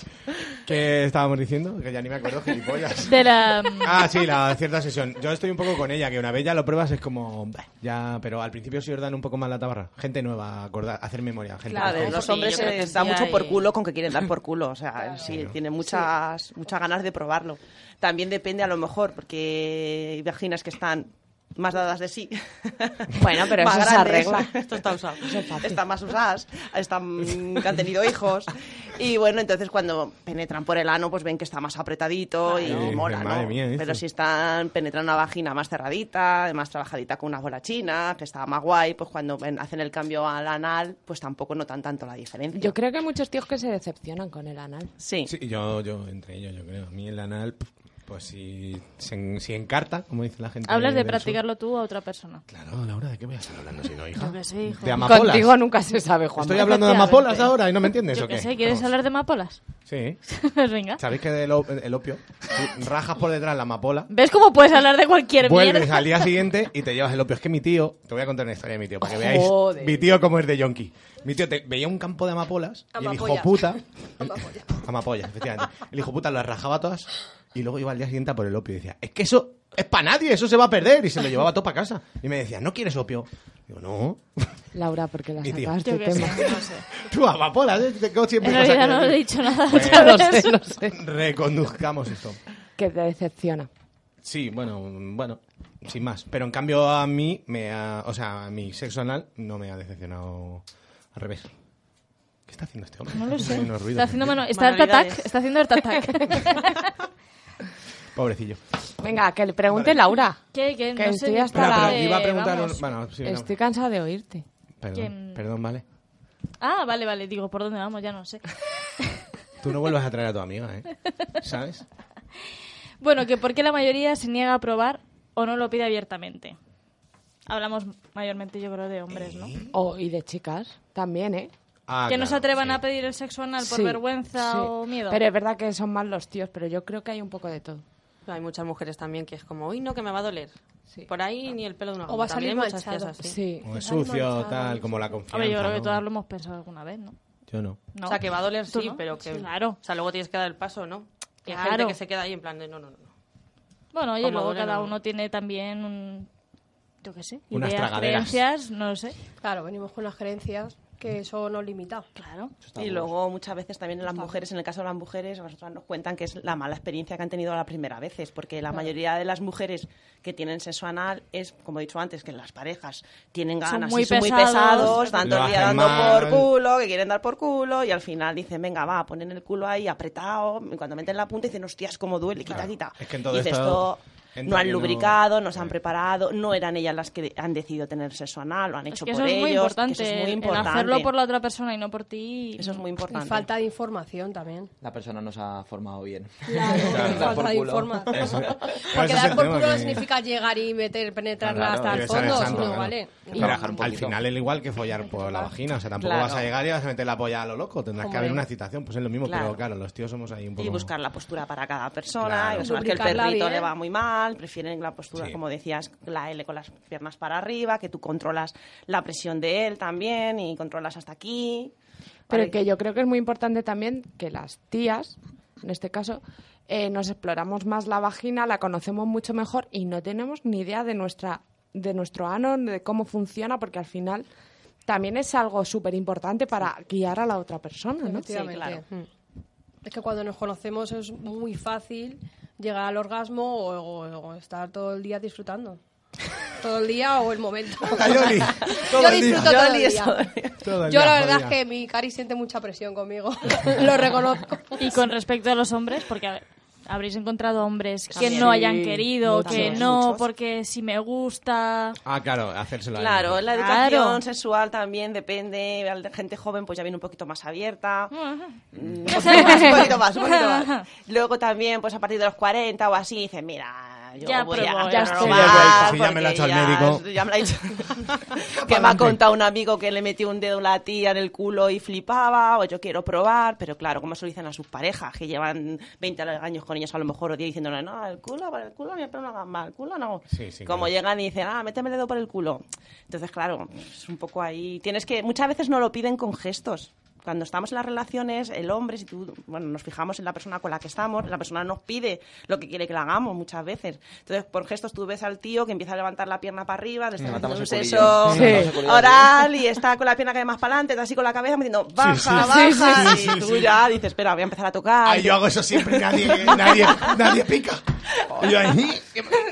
¿Qué estábamos diciendo? Que ya ni me acuerdo, gilipollas. De la... mm, Ah, sí, la cierta sesión. Yo estoy un poco con ella, que una vez ya lo pruebas es como... bah, Ya, pero al principio sí os dan un poco más la tabarra. Gente nueva, acordar, hacer memoria. Gente A ver, joven. los Sí, hombres yo creo que se sí dan mucho hay- por culo con que quieren dar por culo, o sea, sí, tienen muchas, muchas ganas de probarlo. También depende a lo mejor, porque imaginas que están más dadas de sí. Bueno, pero Más eso se grandes, arregla. Esto está usado. están más usadas, están, que han tenido hijos. Y bueno, entonces cuando penetran por el ano, pues ven que está más apretadito Claro. y mola, Madre ¿no? mía, esto. Pero si están penetrando una vagina más cerradita, más trabajadita con una bola china, que está más guay, pues cuando ven- hacen el cambio al anal, pues tampoco notan tanto la diferencia. Yo creo que hay muchos tíos que se decepcionan con el anal. Sí. Sí, yo, yo entre ellos, yo creo. A mí el anal, pf, pues si, se en- si encarta, como dice la gente. Hablas de del sur. practicarlo tú a otra persona. Claro, Laura, ¿de qué voy a estar hablando si no, hija? Yo qué sé, hijo. De amapolas. Contigo nunca se sabe, Juan. Estoy hablando de Efectivamente. amapolas ahora y no me entiendes, Yo ¿o qué? qué sé, ¿quieres Vamos. hablar de mapolas? Sí. pues venga. ¿Sabéis que del o- el opio? tú rajas por detrás la amapola, ¿Ves cómo puedes hablar de cualquier vuelves mierda? al día siguiente y te llevas el opio. Es que mi tío, te voy a contar una historia de mi tío, para que veáis Joder. mi tío cómo es de yonki. Mi tío te- veía un campo de amapolas y el Amapolla. hijo puta... Amapolla, efectivamente. El hijo puta las rajaba todas y luego iba al día siguiente a por el opio y decía, es que eso es para nadie, eso se va a perder. Y se lo llevaba todo para casa. Y me decía, ¿no quieres opio? Digo, no. Laura, porque la Mi tío. sacas Yo de qué tema? sé, no sé. Tú, amapola, ¿eh? te quedo siempre En cosas realidad que no he decir. dicho nada. Bueno, ¿sabes? Lo sé, lo sé. Pues, Reconduzcamos esto. Que te decepciona. Sí, bueno, bueno, sin más. Pero en cambio a mí, me ha- o sea, a mi sexo anal no me ha decepcionado al revés. ¿Qué está haciendo este hombre? No lo sé. Haciendo unos ruidos. Está haciendo, mano- está, el Manualidades. tatac, está haciendo el tatac. Pobrecillo. Venga, que le pregunte Laura. ¿Qué, qué? Que No sé estoy ni hasta por Espera, la- pero dónde iba a preguntar... vamos. un- Bueno, sí, no. Estoy cansada de oírte. Perdón, ¿Quién? perdón, vale. Ah, vale, vale. Digo, ¿por dónde vamos? Ya no sé. Tú no vuelvas a traer a tu amiga, ¿eh? ¿Sabes? Bueno, que por qué la mayoría se niega a probar o no lo pide abiertamente. Hablamos mayormente, yo creo, de hombres, ¿no? O- y de chicas también, ¿eh? Ah, que no se claro, atrevan sí. a pedir el sexo anal por Sí, vergüenza sí. o miedo. Pero es verdad que son más los tíos, pero yo creo que hay un poco de todo. Hay muchas mujeres también que es como, uy, no, que me va a doler. Por ahí ni el pelo de una O gamba. va a salir También hay muchas manchado. tías así. Sí. O es sucio, tal, como la confianza. Hombre, yo creo que ¿no? todas lo hemos pensado alguna vez, ¿no? Yo no. No. O sea, que va a doler, Tú sí, no. pero que. Claro. O sea, luego tienes que dar el paso, ¿no? Y hay Claro. gente que se queda ahí en plan de no, no, no. Bueno, oye, Como luego duele, cada no. uno tiene también un... Yo qué sé. Unas ideas, tragaderas. creencias, no lo sé. Claro, venimos con las creencias que eso no limita. Claro. Y luego muchas veces también las mujeres, en el caso de las mujeres, a nosotras nos cuentan que es la mala experiencia que han tenido la primera veces, porque la Claro. mayoría de las mujeres que tienen sexo anal es, como he dicho antes, que las parejas tienen Son ganas, muy y son muy pesados. pesados, tanto Lo el día hacen dando mal. por culo, que quieren dar por culo, y al final dicen, venga, va, ponen el culo ahí apretado, y cuando meten la punta dicen, hostias, cómo duele, quita, quita. Es que en todo Y dices, esto "Esto entra no han que no- lubricado, no se han preparado, no eran ellas las que han decidido tener sexo anal, lo han hecho que por eso es ellos, muy que importante. eso es muy el- importante. El hacerlo por la otra persona y no por ti. Eso es muy Y falta de información también. La persona no se ha formado bien. Claro, Dar por falta de culo. información. Ese Porque es dar el por tema culo no que- significa llegar y meter, penetrarla Claro, hasta el debe ser fondo, santo, no claro. vale. Pero Y- Trabajar un al poquito. final, el igual que follar por la vagina. O sea, tampoco Claro. vas a llegar y vas a meter la polla a lo loco. Tendrás que Hombre. haber una excitación. Pues es lo mismo, pero Claro. claro, los tíos somos ahí un poco. y buscar la postura para cada persona. Claro. Hay personas que el Lubricarla perrito bien. le va muy mal, prefieren la postura, Sí. como decías, la L con las piernas para arriba, que tú controlas la presión de él también y controlas hasta aquí. Pero Vale. que yo creo que es muy importante también que las tías, en este caso, eh, nos exploramos más la vagina, la conocemos mucho mejor y no tenemos ni idea de nuestra, de nuestro ano, de cómo funciona, porque al final también es algo súper importante para guiar a la otra persona, ¿no? Efectivamente. Es que cuando nos conocemos es muy fácil llegar al orgasmo o, o- o estar todo el día disfrutando. Todo el día o el momento. Yo disfruto todo el día. Yo la verdad es que mi cari siente mucha presión conmigo. Lo reconozco. Y con respecto a los hombres, porque a ver, habréis encontrado hombres que También. no hayan Sí, querido, muchos, que no, muchos. porque si me gusta. Ah, claro, hacérselo a él. Claro, la educación Claro. sexual también depende. La gente joven pues ya viene un poquito más abierta. Mm, Un Ajá. poquito más, un poquito más, un poquito más. Luego también, pues a partir de los 40 o así, dicen, mira, yo Ya voy probó, a ya ya estoy". Sí, ya me lo ha hecho el médico. Ya me lo ha hecho. que me ha contado un amigo que le metió un dedo a la tía en el culo y flipaba, o yo quiero probar, pero claro, como se lo dicen a sus parejas, que llevan 20 años con ellos a lo mejor, o 10 diciéndole, no, el culo, el culo, mi pelo no haga mal, el culo no. Sí, sí, como claro. llegan y dicen, ah, méteme el dedo por el culo. Entonces, claro, es un poco ahí. Tienes que, muchas veces no lo piden con gestos. Cuando estamos en las relaciones, el hombre, si tú, bueno, nos fijamos en la persona con la que estamos, la persona nos pide lo que quiere que le hagamos muchas veces. Entonces, por gestos, tú ves al tío que empieza a levantar la pierna para arriba, le está haciendo Levantamos un el seso culillo. Sí. Levantamos el culillo, oral y está con la pierna que hay más para adelante, está así con la cabeza, me diciendo, baja, Sí, sí, sí, sí, baja. sí, sí, y tú sí. ya dices, espera, voy a empezar a tocar. Ay, yo hago eso siempre y nadie, nadie, nadie pica. Y yo ahí,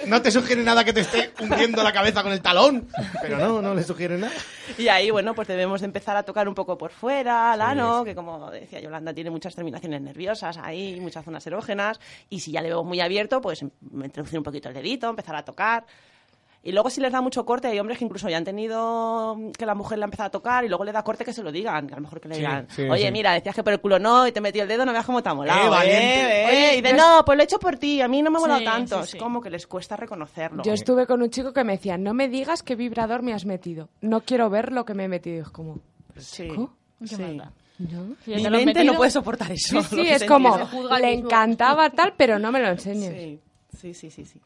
no te sugiere nada que te esté hundiendo la cabeza con el talón. Pero no, no le sugiere nada. Y ahí, bueno, pues debemos de empezar a tocar un poco por fuera, la sí. no, que como decía Yolanda, tiene muchas terminaciones nerviosas ahí, muchas zonas erógenas, y si ya le vemos muy abierto, pues em- introducir un poquito el dedito, empezar a tocar. Y luego si les da mucho corte, hay hombres que incluso ya han tenido mm, que la mujer la ha empezado a tocar y luego le da corte que se lo digan, que a lo mejor que le Sí, digan, sí, oye, sí. mira, decías que por el culo no y te metí el dedo, no veas cómo te ha molado. Eh, Eh, valiente. eh". Oye, y dice, yo es- no, pues lo he hecho por ti, a mí no me ha molado Sí, tanto. sí, Es como que les cuesta reconocerlo. Yo estuve con un chico que me decía, no me digas qué vibrador me has metido, no quiero ver lo que me he metido. Y es como, Sí. ¿chico? Qué maldad. ¿No? ¿Ya te lo has metido? Sí, sí, es como, le encantaba tal, pero no me lo enseñes. Sí, sí, sí, sí. sí.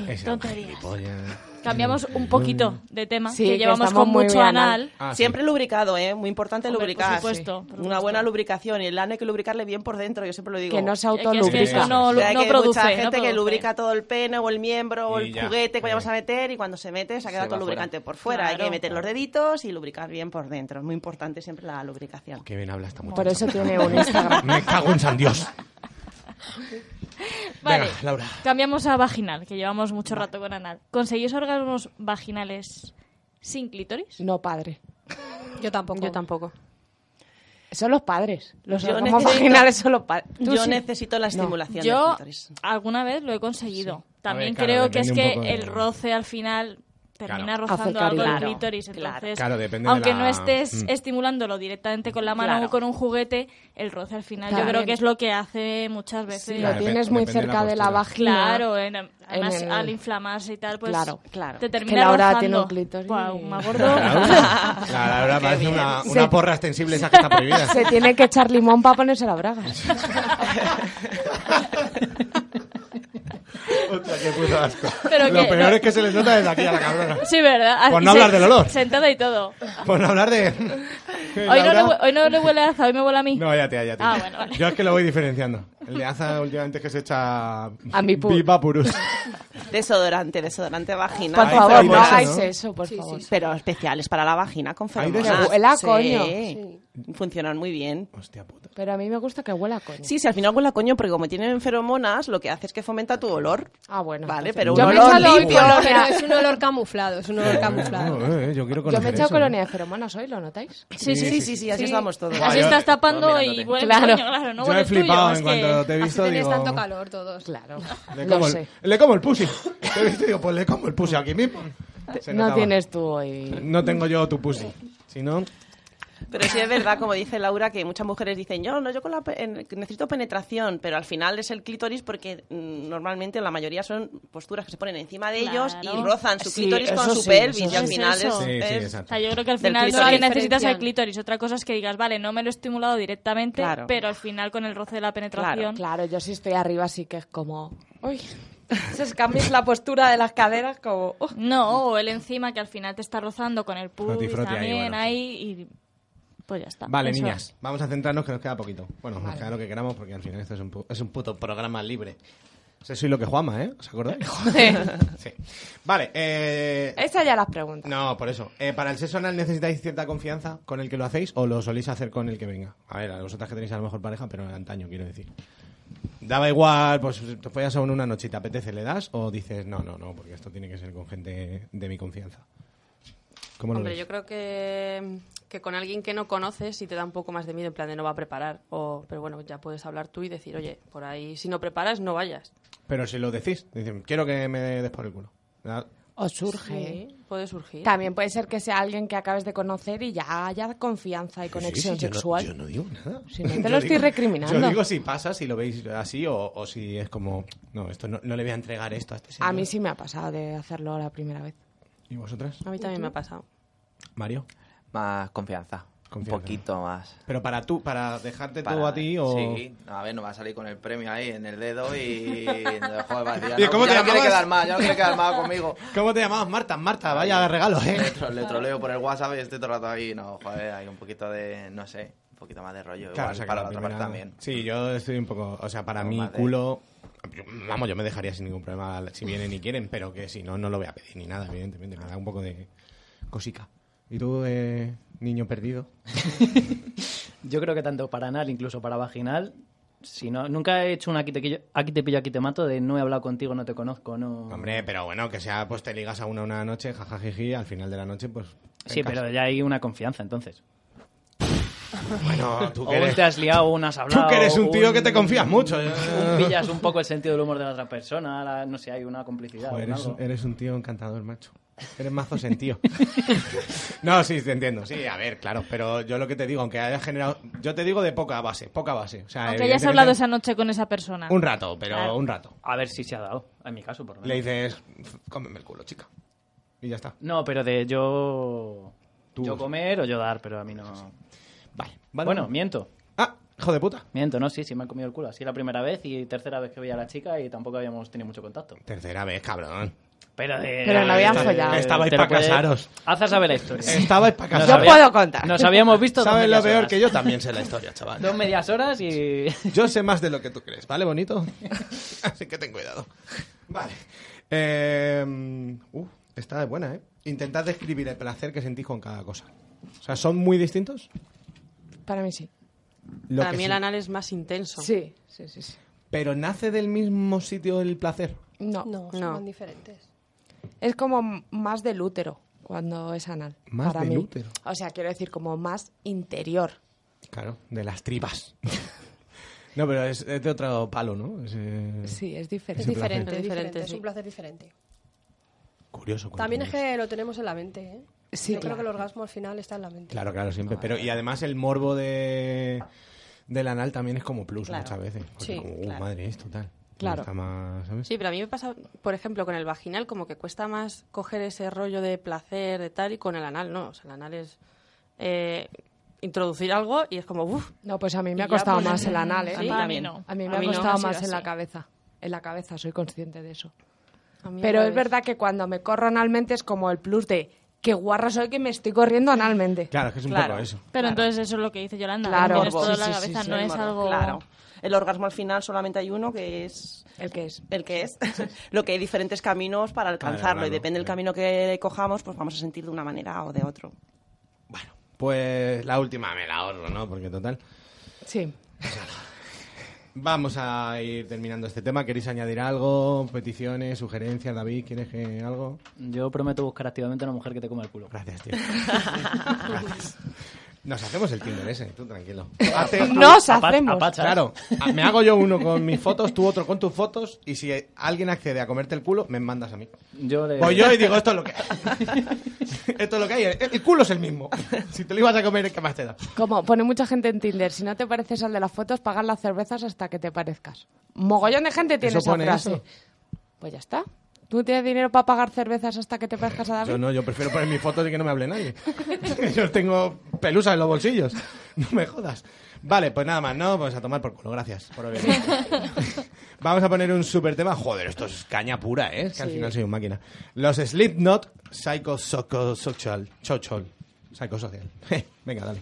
En fin, tonterías. gilipollas. Mm. Cambiamos un poquito de tema, Sí, que que llevamos estamos con muy mucho anal. anal. Ah, Siempre lubricado, ¿eh? Muy importante Hombre, por lubricar. supuesto, por Una buena lubricación. Y el ano hay que lubricarle bien por dentro, yo siempre lo digo. Que no se Es es autolubrica. eso no- O sea, no que produce, mucha no gente produce. que lubrica todo el pene o el miembro o Y el ya, juguete que vayamos a meter y cuando se mete se ha quedado va todo fuera. lubricante por fuera. Hay que Claro. meter los deditos y lubricar bien por dentro. Es muy importante siempre la lubricación. Qué bien habla esta muchacha. Por eso tiene un Instagram. Me cago en San Dios. Vale, Venga, Laura. cambiamos a vaginal, que llevamos mucho rato con anal. ¿Conseguís órganos vaginales sin clítoris? No, padre. Yo tampoco. Yo tampoco. Son los padres. Los Yo órganos necesito- vaginales son los padres. yo necesito la estimulación del Yo clítoris. alguna vez lo he conseguido. También claro, creo que es depende un que poco de- el roce al final termina Claro. rozando Acerca algo el claro, clítoris. claro. Entonces, Claro, depende de aunque la- no estés Mm. estimulándolo directamente con la mano Claro. o con un juguete, el roce al final yo Claro. creo que es lo que hace muchas veces. lo Claro, tienes muy depende de la cerca de la postura. vagina. Claro, en- además En el- al inflamarse y tal, pues Claro, claro. te Es que termina Laura rozando. tiene un clítoris. Guau, más gordo. Laura, la Laura parece una, una Se- porra extensible esa que está prohibida. Se tiene que echar limón para ponerse la braga. Hostia, qué puto asco. Pero lo que- peor es que se les nota desde aquí a la cabrona. Pues Sí, verdad. Por no Y se- hablar del olor. Sentada y todo. Por no hablar de... que Hoy no, le, Laura- hue- hoy no le huele a Aza, hoy me huele a mí. No, ya te, ya te. Ah, bueno, vale. Yo es que lo voy diferenciando. El de Aza últimamente es que se echa... Ambipur. Bipapurus. Desodorante, desodorante vaginal. Por Hay favor, no cervezas, hagáis ¿no? eso, por favor. Pero especiales para la vagina con Hay de feromonas. esas. Que huela, Sí. coño. Funcionan muy bien. Pero a mí me gusta que huela a coño. Sí, sí, al final huele a coño, porque como tienen feromonas, lo que hace es que fomenta tu olor. Ah, bueno. Vale, entonces- pero Yo un me he olor echado hoy limpio. colonia. Pero es un olor camuflado, es un olor camuflado. No, eh, yo quiero Yo me he conocer echado eso, colonia de feromonas hoy, ¿lo notáis? Sí, sí, sí, sí, sí, así estamos todos. Así Yo- estás tapando todos y mirándote. huele Claro. coño, claro, no Yo huele he el tuyo, flipado es en que- cuanto te he visto, Tenéis digo... tanto calor todos. Claro. Le Lo como, el, sé. le como el pussy. Te he visto y digo, pues le como el pussy aquí mismo. Se No notaba. tienes tú hoy. No tengo yo tu pussy. Si no... Pero sí es verdad, como dice Laura, que muchas mujeres dicen, yo no, yo con la pe- en- necesito penetración, pero al final es el clítoris porque mm, normalmente la mayoría son posturas que se ponen encima de ellos y Claro. rozan su Sí, clítoris eso con su sí, pelvis eso y al sí. final Es es... eso. Sí, es- O sea, yo creo que del al final no clítoris. es que necesitas el clítoris. Otra cosa es que digas, vale, no me lo he estimulado directamente, Claro. pero al final con el roce de la Claro, penetración. claro, yo si estoy arriba sí que es como... Uy, se cambias la postura de las caderas como... "Uh". No, o el encima que al final te está rozando con el Froti, pubis froti ahí, también bueno. ahí, y pues ya está. Vale, Eso niñas, es. vamos a centrarnos que nos queda poquito. Bueno, nos Vale. queda lo que queramos porque al final esto es un, pu- es un puto programa libre. O sea, soy lo que Juama, ¿eh? ¿Os acordáis? Joder. sí. Vale, eh... Esas ya las preguntas. No, por eso. Eh, ¿Para el sexo anal necesitáis cierta confianza con el que lo hacéis o lo soléis hacer con el que venga? A ver, a vosotras que tenéis a lo mejor pareja, pero antaño, quiero decir. Daba igual, pues te follas a uno una noche y te apetece, ¿le das? O dices, no, no, no, porque esto tiene que ser con gente de mi confianza. ¿Cómo lo Hombre, veis? yo creo que, que con alguien que no conoces y te da un poco más de miedo, en plan de no va a preparar. O, pero bueno, ya puedes hablar tú y decir, oye, por ahí si no preparas, no vayas. Pero si lo decís, dicen, quiero que me des por el culo. ¿Verdad? O surge. Sí, puede surgir. También puede ser que sea alguien que acabes de conocer y ya haya confianza y conexión Sí, sí, yo no- sexual. Yo no, digo nada. Si no te Yo lo estoy digo- recriminando. Yo digo si pasa, si lo veis así o, o si es como, no, esto no, no le voy a entregar esto a este señor. A mí sí me ha pasado de hacerlo la primera vez. ¿Y vosotras? A mí también me ha pasado. Mario. Más confianza. Confianza. Un poquito más. Pero para tú, para dejarte Para- tú a ti o... Sí, a ver, no va a salir con el premio ahí en el dedo y... Joder, va a decir, ya ¿Y no- cómo ya te no quiere llamabas? quedar mal, ya no quiere quedar mal conmigo. ¿Cómo te llamabas? Marta, Marta, vaya regalos, ¿eh? Le, tro- le troleo por el WhatsApp y estoy todo el rato ahí. No, joder, hay un poquito de, no sé, un poquito más de rollo. igual Claro, o sea, que para la la otra primera- parte también. Sí, yo estoy un poco... O sea, para No, mí, madre. culo... yo- Vamos, yo me dejaría sin ningún problema si vienen y quieren, pero que si no, no lo voy a pedir ni nada, evidentemente. Me da un poco de cosica. ¿Y tú, eh, niño perdido? Yo creo que tanto para anal, incluso para vaginal, si no, nunca he hecho un aquí te, quillo- aquí te pillo, aquí te mato de no he hablado contigo, no te conozco, no... Hombre, pero bueno, que sea, pues te ligas a una una noche, jajajiji, al final de la noche, pues... sí, pencas. pero ya hay una confianza, entonces. Bueno, tú O que eres... te has liado, una has hablado... Tú que eres un tío que te confías mucho. eh. un pillas un poco el sentido del humor de la otra persona, la- no sé, hay una complicidad. Joder, un eres, algo. eres un eh, tío encantador, macho. Eres mazo sentido. no, sí, te entiendo. Sí, a ver, claro. Pero yo lo que te digo, aunque hayas generado... Yo te digo de poca base, poca base. O sea, Aunque hayas evidentemente, hablado esa noche con esa persona. Un rato, pero Claro. un rato. A ver si se ha dado, en mi caso, por lo menos. Le dices, cómeme el culo, chica. Y ya está. No, pero de yo... Yo comer o yo dar, pero a mí no... Vale, Bueno, miento. Ah, hijo de puta. Miento, no, sí, sí me han comido el culo. Así la primera vez y tercera vez que veía a la chica y tampoco habíamos tenido mucho contacto. Tercera vez, cabrón. Pero, de- Pero no habían follado. Que estabais Te lo pa' puede- casaros. Haz a saber la historia. Estabais para Nos casar. había- Nos habíamos visto dos Sabes lo medias peor horas. que yo también sé la historia, chaval. Dos medias horas y... Yo sé más de lo que tú crees, ¿vale, bonito? Así que ten cuidado. Vale. Eh, uh, esta es buena, ¿eh? Intentad describir el placer que sentís con cada cosa. O sea, ¿son muy distintos? Para mí sí. Lo Para que mí el sí. anal es más intenso. Sí, sí, sí. sí. ¿Pero nace del mismo sitio el placer? No. No, son No. diferentes. Es como m- más del útero cuando es anal. Más para del mí. útero. O sea, quiero decir, como más interior. Claro, de las tripas. no, pero es, es de otro palo, ¿no? Es, eh, Sí, es diferente. Es ese placer. diferente, es diferente, diferente, es sí. un placer diferente. Curioso. cuando También es lo que lo tenemos en la mente, ¿eh? pues- Sí, Yo claro. creo que el orgasmo al final está en la mente. Claro, claro, siempre. Pero, y además el morbo de del anal también es como plus Claro. muchas veces. Porque Sí, como, uh, claro. madre, esto tal. Claro. Está más, ¿sabes? Sí, pero a mí me pasa, por ejemplo, con el vaginal, como que cuesta más coger ese rollo de placer, de tal, y con el anal no. O sea, el anal es eh, introducir algo y es como, uff. No, pues a mí Y me ha ya, costado pues, más el anal, ¿eh? a mí A mí no. también. A mí me A ha mí no, costado ha sido más en la así. cabeza. En la cabeza, soy consciente de eso. A mí al Pero es revés. verdad que cuando me corro analmente es como el plus de qué guarra soy que me estoy corriendo analmente. Claro, es que es un Claro. poco eso. Pero entonces eso es lo que dice Yolanda. Claro. Claro. Tienes Morbo. todo en Sí, la sí, sí, cabeza, sí, no el es morbo, algo... Claro. El orgasmo al final solamente hay uno que es... El que es. El que es. Lo que hay diferentes caminos para alcanzarlo y lograrlo, depende del camino que cojamos, pues vamos a sentir de una manera o de otro. Pues la última me la ahorro, ¿no? Porque total. Sí. Vamos a ir terminando este tema. ¿Queréis añadir algo? ¿Peticiones? ¿Sugerencias? David, ¿quieres que algo? Yo prometo buscar activamente una mujer que te coma el culo. Gracias, tío. Gracias. Nos hacemos el Tinder ese, tú tranquilo. Nos Apa- hacemos. apachas. Claro, a- me hago yo uno con mis fotos, tú otro con tus fotos, y si alguien accede a comerte el culo, me mandas a mí. Yo le... Voy yo y digo, esto es lo que hay. esto es lo que hay. El, el culo es el mismo. Si te lo ibas a comer, ¿qué más te da? Como pone mucha gente en Tinder, si no te pareces al de las fotos, pagas las cervezas hasta que te parezcas. Mogollón de gente tiene ¿Eso esa pone frase. eso? Pues ya está. ¿Tú tienes dinero para pagar cervezas hasta que te parezcas a David? Yo no, yo prefiero poner mis fotos y que no me hable nadie. yo tengo pelusas en los bolsillos. No me jodas. Vale, pues nada más, ¿no? Pues a tomar por culo. Gracias por haber venido. Vamos a poner un super tema. Joder, esto es caña pura, ¿eh? Es que al Sí. final soy un máquina. Los Slipknot Psycho Soco Social. Chochol. Psycho Social. Venga, dale.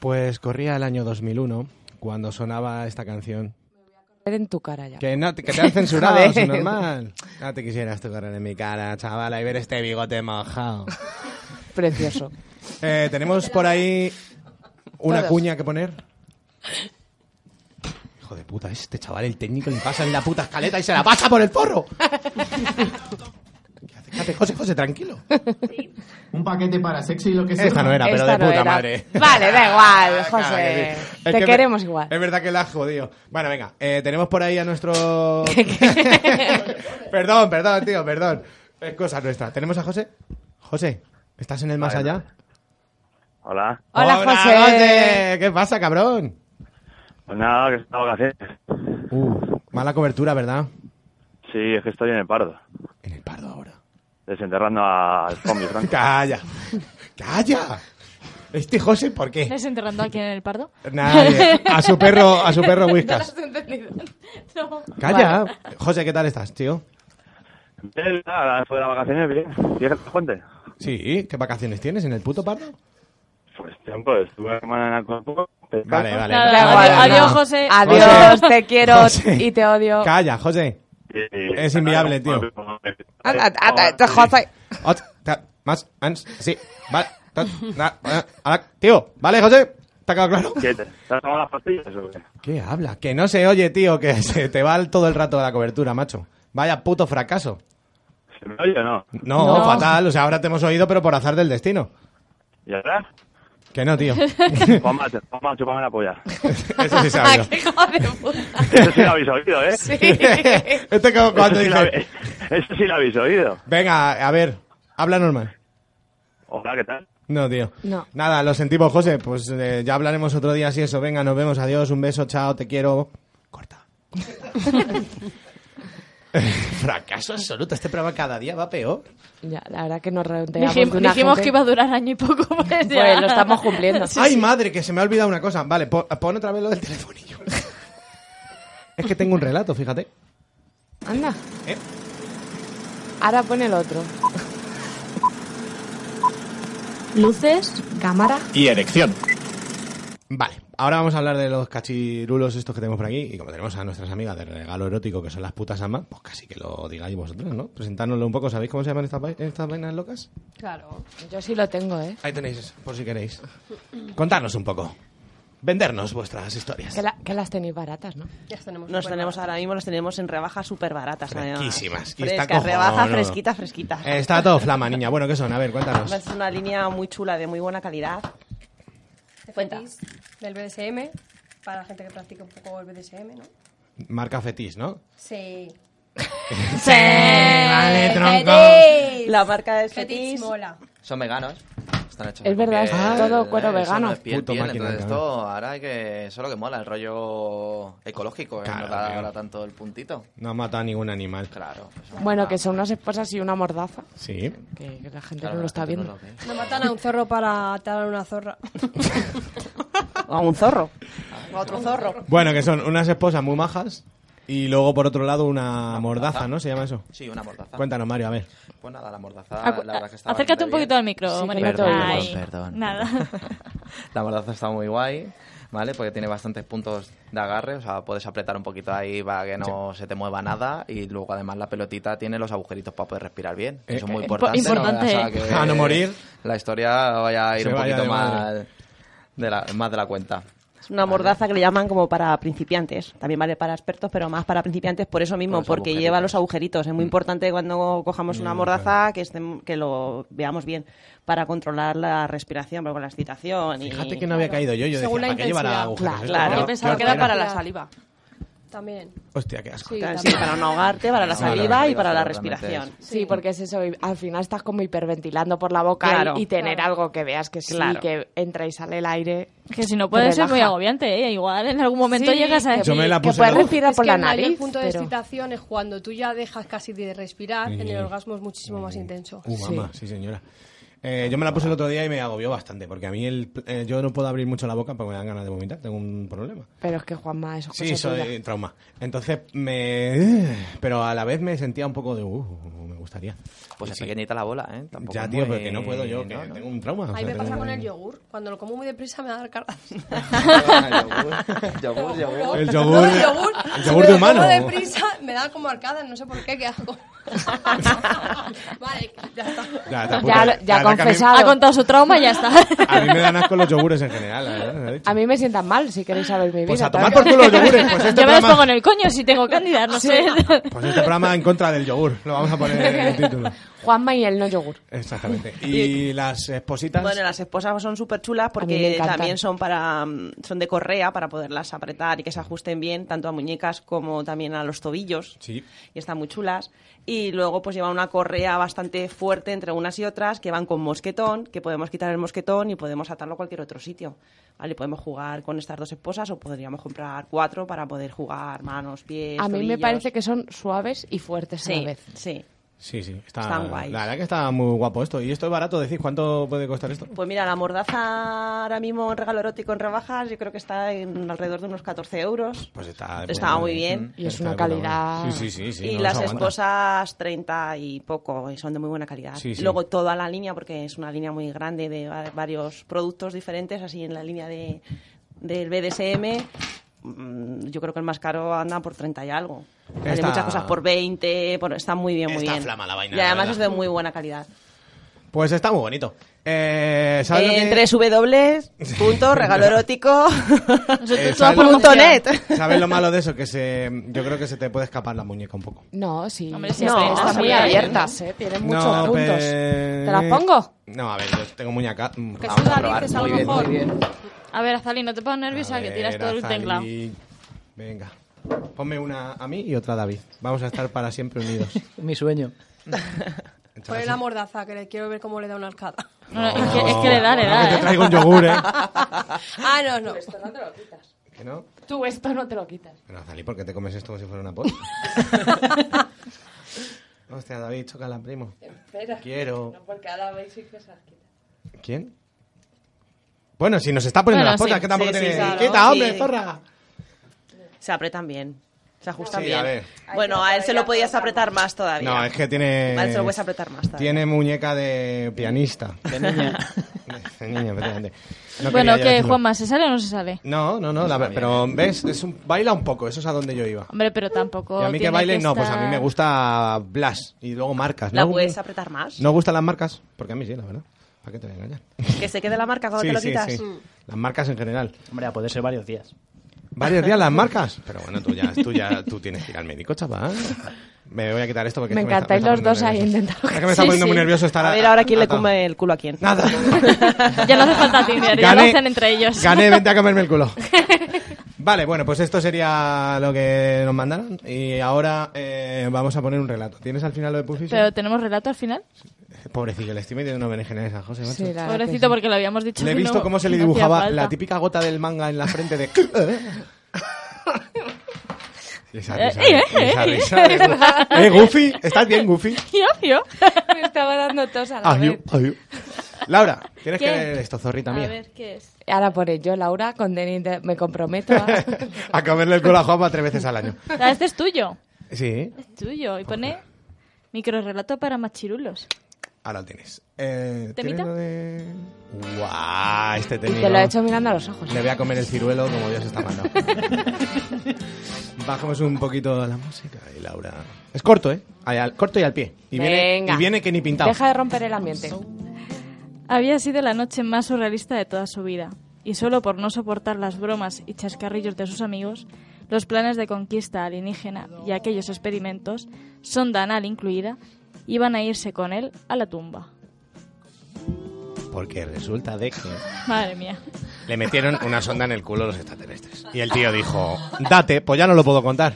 Pues corría el año 2001 cuando sonaba esta canción. En tu cara ya. Que, no, te- que te han censurado, es eh. Joder. normal. No te quisieras tocar en mi cara, chaval, y ver este bigote mojado. Precioso. Eh, Tenemos por ahí una Todos. cuña que poner. Hijo de puta, este chaval, el técnico le pasa en la puta escaleta y se la pasa por el forro. Acércate, José, José, tranquilo. Un paquete para sexo y lo que sea. Esta no era, pero de Esta no puta era. madre. Ah, Vale, da igual, Claro José. que sí. Es te que- queremos igual. Es verdad que la has jodido. Bueno, venga, eh, tenemos por ahí a nuestro. perdón, perdón, tío, perdón. Es cosa nuestra. ¿Tenemos a José? José, ¿estás en el más Vale. allá? Hola. José. José. ¿Qué pasa, cabrón? Pues nada, que estaba vacaciones. Uh, mala cobertura, ¿verdad? Sí, es que estoy en el pardo. En el pardo ahora. Desenterrando al zombie franco. Calla. Calla. Este José, ¿por qué? ¿Desenterrando a quién en el pardo? Nadie. A su perro- a su perro Whiskas. No lo has entendido. No. Calla. José, ¿qué tal estás, tío? Bien, nada, después de las vacaciones, bien. ¿Y pues, es el puente? Sí, ¿qué vacaciones tienes en el puto pardo? Pues tiempo, estuve una semana en Acapulco. Vale, vale. Da Vale, igual, vale, adiós, no. José. Adiós, José. te quiero José. y te odio. Calla, José. Es inviable, tío. Anda, anda, anda, José. Ot- ta- Más, ans, sí. Vale. tot, na- na- ala- Tío, ¿vale, José? ¿Te ha quedado claro? ¿Qué te, ¿Te has tomado las pastillas o qué? ¿Qué habla? Que no se oye, tío, que se te va el- todo el rato la cobertura, macho. Vaya puto fracaso. ¿Se me oye o no? No, fatal. O sea, ahora te hemos oído, pero por azar del destino. ¿Y ahora? Que no, tío. Juanma, te- Juanma, chúpame la polla. Eso sí se ha oído. Eso sí lo habéis oído, ¿eh? Sí. Este como cuando Eso sí lo dice- habe- Eso sí lo habéis oído. Venga, a ver, habla normal. Hola, ¿qué tal? No, tío. No. Nada, lo sentimos, José. Pues eh, ya hablaremos otro día si eso. Venga, nos vemos. Adiós, un beso, chao, te quiero. Fracaso absoluto. Este programa cada día va peor. Ya, la verdad que nos redondeamos Dijim- pues de una dijimos gente- que iba a durar año y poco. Pues, ya. Pues lo estamos cumpliendo. Sí, ¡Ay, sí. madre! Que se me ha olvidado una cosa. Vale, pon, pon otra vez lo del telefonillo. es que tengo un relato, fíjate. Anda. Ahora pon el otro. Luces, cámara. Y erección. Vale, ahora vamos a hablar de los cachirulos estos que tenemos por aquí. Y como tenemos a nuestras amigas de regalo erótico, que son las putas amas, pues casi que lo digáis vosotros, ¿no? Presentárnoslo un poco. ¿Sabéis cómo se llaman estas, vai- estas vainas locas? Claro. Yo sí lo tengo, ¿eh? Ahí tenéis, por si queréis. Contadnos un poco. Vendernos vuestras historias. Que, la- que las tenéis baratas, ¿no? Nos tenemos ahora mismo, los tenemos en rebajas súper baratas. Fresquísimas. Y está Frescas, rebajas, cojonudo. fresquitas, fresquitas. Eh, Está todo flama, niña. Bueno, ¿qué son? A ver, cuéntanos. Es una línea muy chula, de muy buena calidad. Cuenta. Del BDSM, para la gente que practica un poco el BDSM, ¿no? Marca Fetis, ¿no? Sí. Sí, vale, Fetish. La marca de Fetish Fetish. mola. Son veganos. Están hechos Es de verdad, es piel, todo cuero eh, son vegano. de piel, Puto piel, máquina, entonces cabrón. todo, ahora hay que... Eso es lo que mola, el rollo ecológico. eh, Claro, no da tío. ahora tanto el puntito. No ha matado a ningún animal. Claro. pues, Bueno, que son unas esposas y una mordaza. Sí. Que, que la gente Claro, no la lo está gente no viendo. No matan a un zorro para atar a una zorra. A un zorro. A otro zorro. Bueno, que son unas esposas muy majas y luego, por otro lado, una mordaza, ¿no? ¿Se llama eso? Sí, una mordaza. Cuéntanos, Mario, a ver. Pues nada, la Ah, mordaza, Acu- la verdad que está bastante acércate un poquito bien. al micro, Sí, María. que no te Perdón, oigo. perdón, perdón. Nada. la mordaza está muy guay, ¿vale? Porque tiene bastantes puntos de agarre, o sea, puedes apretar un poquito ahí para que no se te mueva nada y luego además la pelotita tiene los agujeritos para poder respirar bien. Eh, Eso es muy eh, importante. importante. A no morir. La historia vaya a ir Se un vaya poquito de más madre. de, la, más de la cuenta. Es una mordaza que le llaman como para principiantes. También vale para expertos, pero más para principiantes por eso mismo, Por los porque lleva los agujeritos. Mm. Es muy importante cuando cojamos una Mm, mordaza que, estem- que lo veamos bien para controlar la respiración, pero con la excitación. y- Fíjate que no había caído yo, yo Según decía, la ¿para qué llevar intensidad. agujeros? Claro, Esto claro. no- Yo pensaba qué que era hortera. para la saliva. También. Hostia, qué asco. Sí, para no ahogarte, para la Claro, saliva y sí, para la realmente es- respiración. Sí, porque es eso. y Al final estás como hiperventilando por la boca Claro. y, y tener algo que veas que sí, Claro. que entra y sale el aire. Que si no puede ser muy agobiante, ¿eh? Igual en algún momento Sí, llegas a que- decir... Yo me la que puse puedes luego. respirar Es por que la el mayor nariz, punto de pero- excitación es cuando tú ya dejas casi de respirar, en el Mm. orgasmo es muchísimo más intenso. Uh, mamá, sí, señora. Eh, yo me la puse el otro día y me agobió bastante, porque a mí el, eh, yo no puedo abrir mucho la boca porque me dan ganas de vomitar, tengo un problema. Pero es que Juanma, eso es Sí, cosa soy tuya. trauma. Entonces me... Pero a la vez me sentía un poco de... Uh, me gustaría. Pues es Sí. pequeñita la bola, ¿eh? Tampoco Ya, es tío, muy- pero que no puedo yo, que no, no. tengo un trauma. o Ahí sea, me pasa tengo- con el yogur. Cuando lo como muy deprisa me da cargas. Yogur, yogur. El Ah, yogur- El yogur, el si yogur me de lo humano. como deprisa me da como arcada, no sé por qué, ¿qué hago? vale, ya está. Ya, te Ya apunto. La lo- ya verdad que a mí- confesado. Ha contado su trauma y ya está. A mí me dan asco los yogures en general, la verdad, lo he dicho. A mí me sientan mal si queréis saber mi vida. Pues a también. tomar por culo los yogures. Pues este, Yo me los pongo programa, en el coño si tengo cándida, no Sí. sé. pues este programa en contra del yogur. Lo vamos a poner en el título. Juanma y el no yogur. Exactamente. Y las espositas... Bueno, las esposas son súper chulas A mí me porque encantan. también son para mm, son de correa para poderlas apretar y que se ajusten bien tanto a muñecas como también a los tobillos. Y están muy chulas. Y luego pues llevan una correa bastante fuerte entre unas y otras que van con mosquetón, que podemos quitar el mosquetón y podemos atarlo a cualquier otro sitio. Vale, podemos jugar con estas dos esposas o podríamos comprar cuatro para poder jugar manos, pies, A mí me tobillos. parece que son suaves y fuertes a Sí, la vez. sí. Sí, sí. Está, Están guays. La verdad que está muy guapo esto. Y esto es barato, decís, ¿cuánto puede costar esto? Pues mira, la mordaza ahora mismo en regalo erótico en rebajas, yo creo que está en alrededor de unos 14 euros. Pues está... de Está puta muy madre. bien. Y es Está una de puta madre. calidad. Sí, sí, sí. sí, y no las se aguanta. esposas 30 y poco, y son de muy buena calidad. Sí, sí. Luego toda la línea, porque es una línea muy grande de va- varios productos diferentes, así en la línea de, del BDSM. mm, Yo creo que el más caro anda por 30 y algo. Hay Está- muchas cosas por 20, por- está muy bien, muy Está bien. flama la vaina, y además la es verdad. de muy buena calidad. Pues está muy bonito. Eh, ¿sabes lo En que- Eh, ¿sabes lo- www.regaloerótico.net ¿Sabes lo malo de eso? Que se, yo creo que se te puede escapar la muñeca un poco. No, sí. Hombre, sí, no, están- están están muy bien. abiertas, ¿eh? Tienen muchos no, puntos. pe- ¿Te las pongo? No, a ver, yo tengo muñeca. mm, Que vamos suda, a probar. dices, a Muy lo bien, mejor. muy bien. A ver, Azali, no te pongas nerviosa Ah, que tiras todo el Azalí. teclado. Venga. Ponme una a mí y otra a David. Vamos a estar para siempre unidos. Mi sueño. Por Pues la mordaza, que le quiero ver cómo le da una arcada. No, no, es, que, es que le da, le da. Que te ¿eh? traigo un yogur, ¿eh? ah, no, no. Esto no te lo quitas. ¿Que no? Tú esto no te lo quitas. Pero, Azalí, ¿por qué te comes esto como si fuera una polla? Hostia, David, chócala, primo. Espera. Quiero. No, porque ahora veis que se las quita. ¿Quién? Bueno, si nos está poniendo Bueno, las potas, sí. que tampoco Sí, sí, tiene... claro, ¡Quita, hombre, sí. zorra! Se apretan bien. Se ajustan Sí, a bien. ver. Bueno, a él se lo podías apretar más todavía. No, es que tiene... Vale, se lo puedes apretar más todavía. Tiene muñeca de pianista. De niña. de niña, efectivamente. No bueno, quería yo que decirlo. Juanma, ¿se sale o no se sale? No, no, Pues no, la ver- pero ves, es un- baila un poco, eso es a donde yo iba. Hombre, pero tampoco. Y a mí que tiene baile, no, pues a estar- mí me gusta Blas y luego marcas. ¿La ¿no? puedes apretar más? ¿No gustan las marcas? Porque a mí sí, la verdad. ¿Para qué te voy a engañar? Que se quede la marca cuando Sí, te lo sí, quitas. Mm. sí. Las marcas en general. Hombre, a poder ser varios días. ¿Varios días las marcas? Pero bueno, tú ya, tú ya tú tienes que ir al médico, chaval. Me voy a quitar esto porque... Me es que está- encantáis está los poniendo dos ahí nervioso. intentando. Es que me está poniendo muy nervioso estar A ver ahora quién le come el culo a quién. Nada. Ya no hace falta Tinder, ya lo Gané- hacen entre ellos. Gané, vente a comerme el culo. Vale, bueno, pues esto sería lo que nos mandaron. Y ahora eh, vamos a poner un relato. ¿Tienes al final lo de Puffy? Eh, Pero tenemos relato al final. Pobrecillo, le estoy metiendo una berenjena a esa José. macho. Pobrecito, porque lo habíamos dicho. Le he que visto no- cómo se le que no hacía dibujaba falta. la típica gota del manga en la frente de... Y esa Eh, risa, eh, y esa eh, risa de- eh, ¿verdad? Eh, Goofy, ¿estás bien, Goofy? Yo, yo. Me estaba dando tos a la Adiós, eh, vez. adiós. Laura, tienes ¿Qué? que leer esto, zorrita mía. ¿qué es? Ahora por ello, Laura, con Denis de- me comprometo. a- A comerle el culo a Juanma tres veces al año. Ah, Este es tuyo. Sí, Es tuyo. Y pone microrelato para machirulos. ahora lo tienes. Eh, ¿tienes ¿Temita? lo de- ¡Guau! Este y tenido. te lo he hecho mirando a los ojos. Le voy a comer el ciruelo como Dios está mandado. Bajamos un poquito la música y Laura... Es corto, ¿eh? Al- al- corto y al pie. Y viene, Venga. y viene que ni pintado. Deja de romper el ambiente. Había sido la noche más surrealista de toda su vida, y solo por no soportar las bromas y chascarrillos de sus amigos, los planes de conquista alienígena y aquellos experimentos, sonda anal incluida, iban a irse con él a la tumba. Porque resulta de que... Madre mía. Le metieron una sonda en el culo los extraterrestres. Y el tío dijo, date, pues ya no lo puedo contar.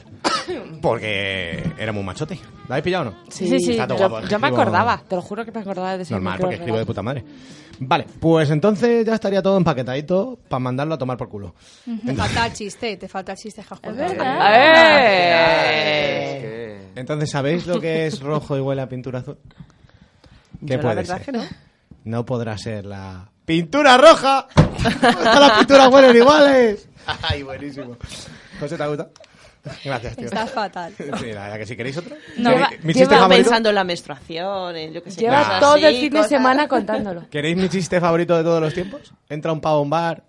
Porque era muy machote. ¿La habéis pillado o no? Está todo guapo, Yo, es yo me escribo- acordaba, te lo juro que me acordaba de ese Normal, porque escribo de puta microrelato. madre. Vale, pues entonces ya estaría todo empaquetadito para mandarlo a tomar por culo. Te falta el chiste, te falta el chiste, Jajón. eh. Entonces, ¿sabéis lo que es rojo y huele a pintura azul? ¿Qué Yo la puede verdad ser? que no. No podrá ser la pintura roja. Todas las pinturas huelen iguales. Ay, buenísimo. José, ¿te gusta? Gracias, tío. Estás fatal. Sí, la verdad que si queréis otro. No, ¿Queréis- lleva, mi chiste lleva favorito. pensando en la menstruación, en yo qué sé. Lleva cosas todo el así, fin de cosas- semana contándolo. ¿Queréis mi chiste favorito de todos los tiempos? Entra un pavo a un bar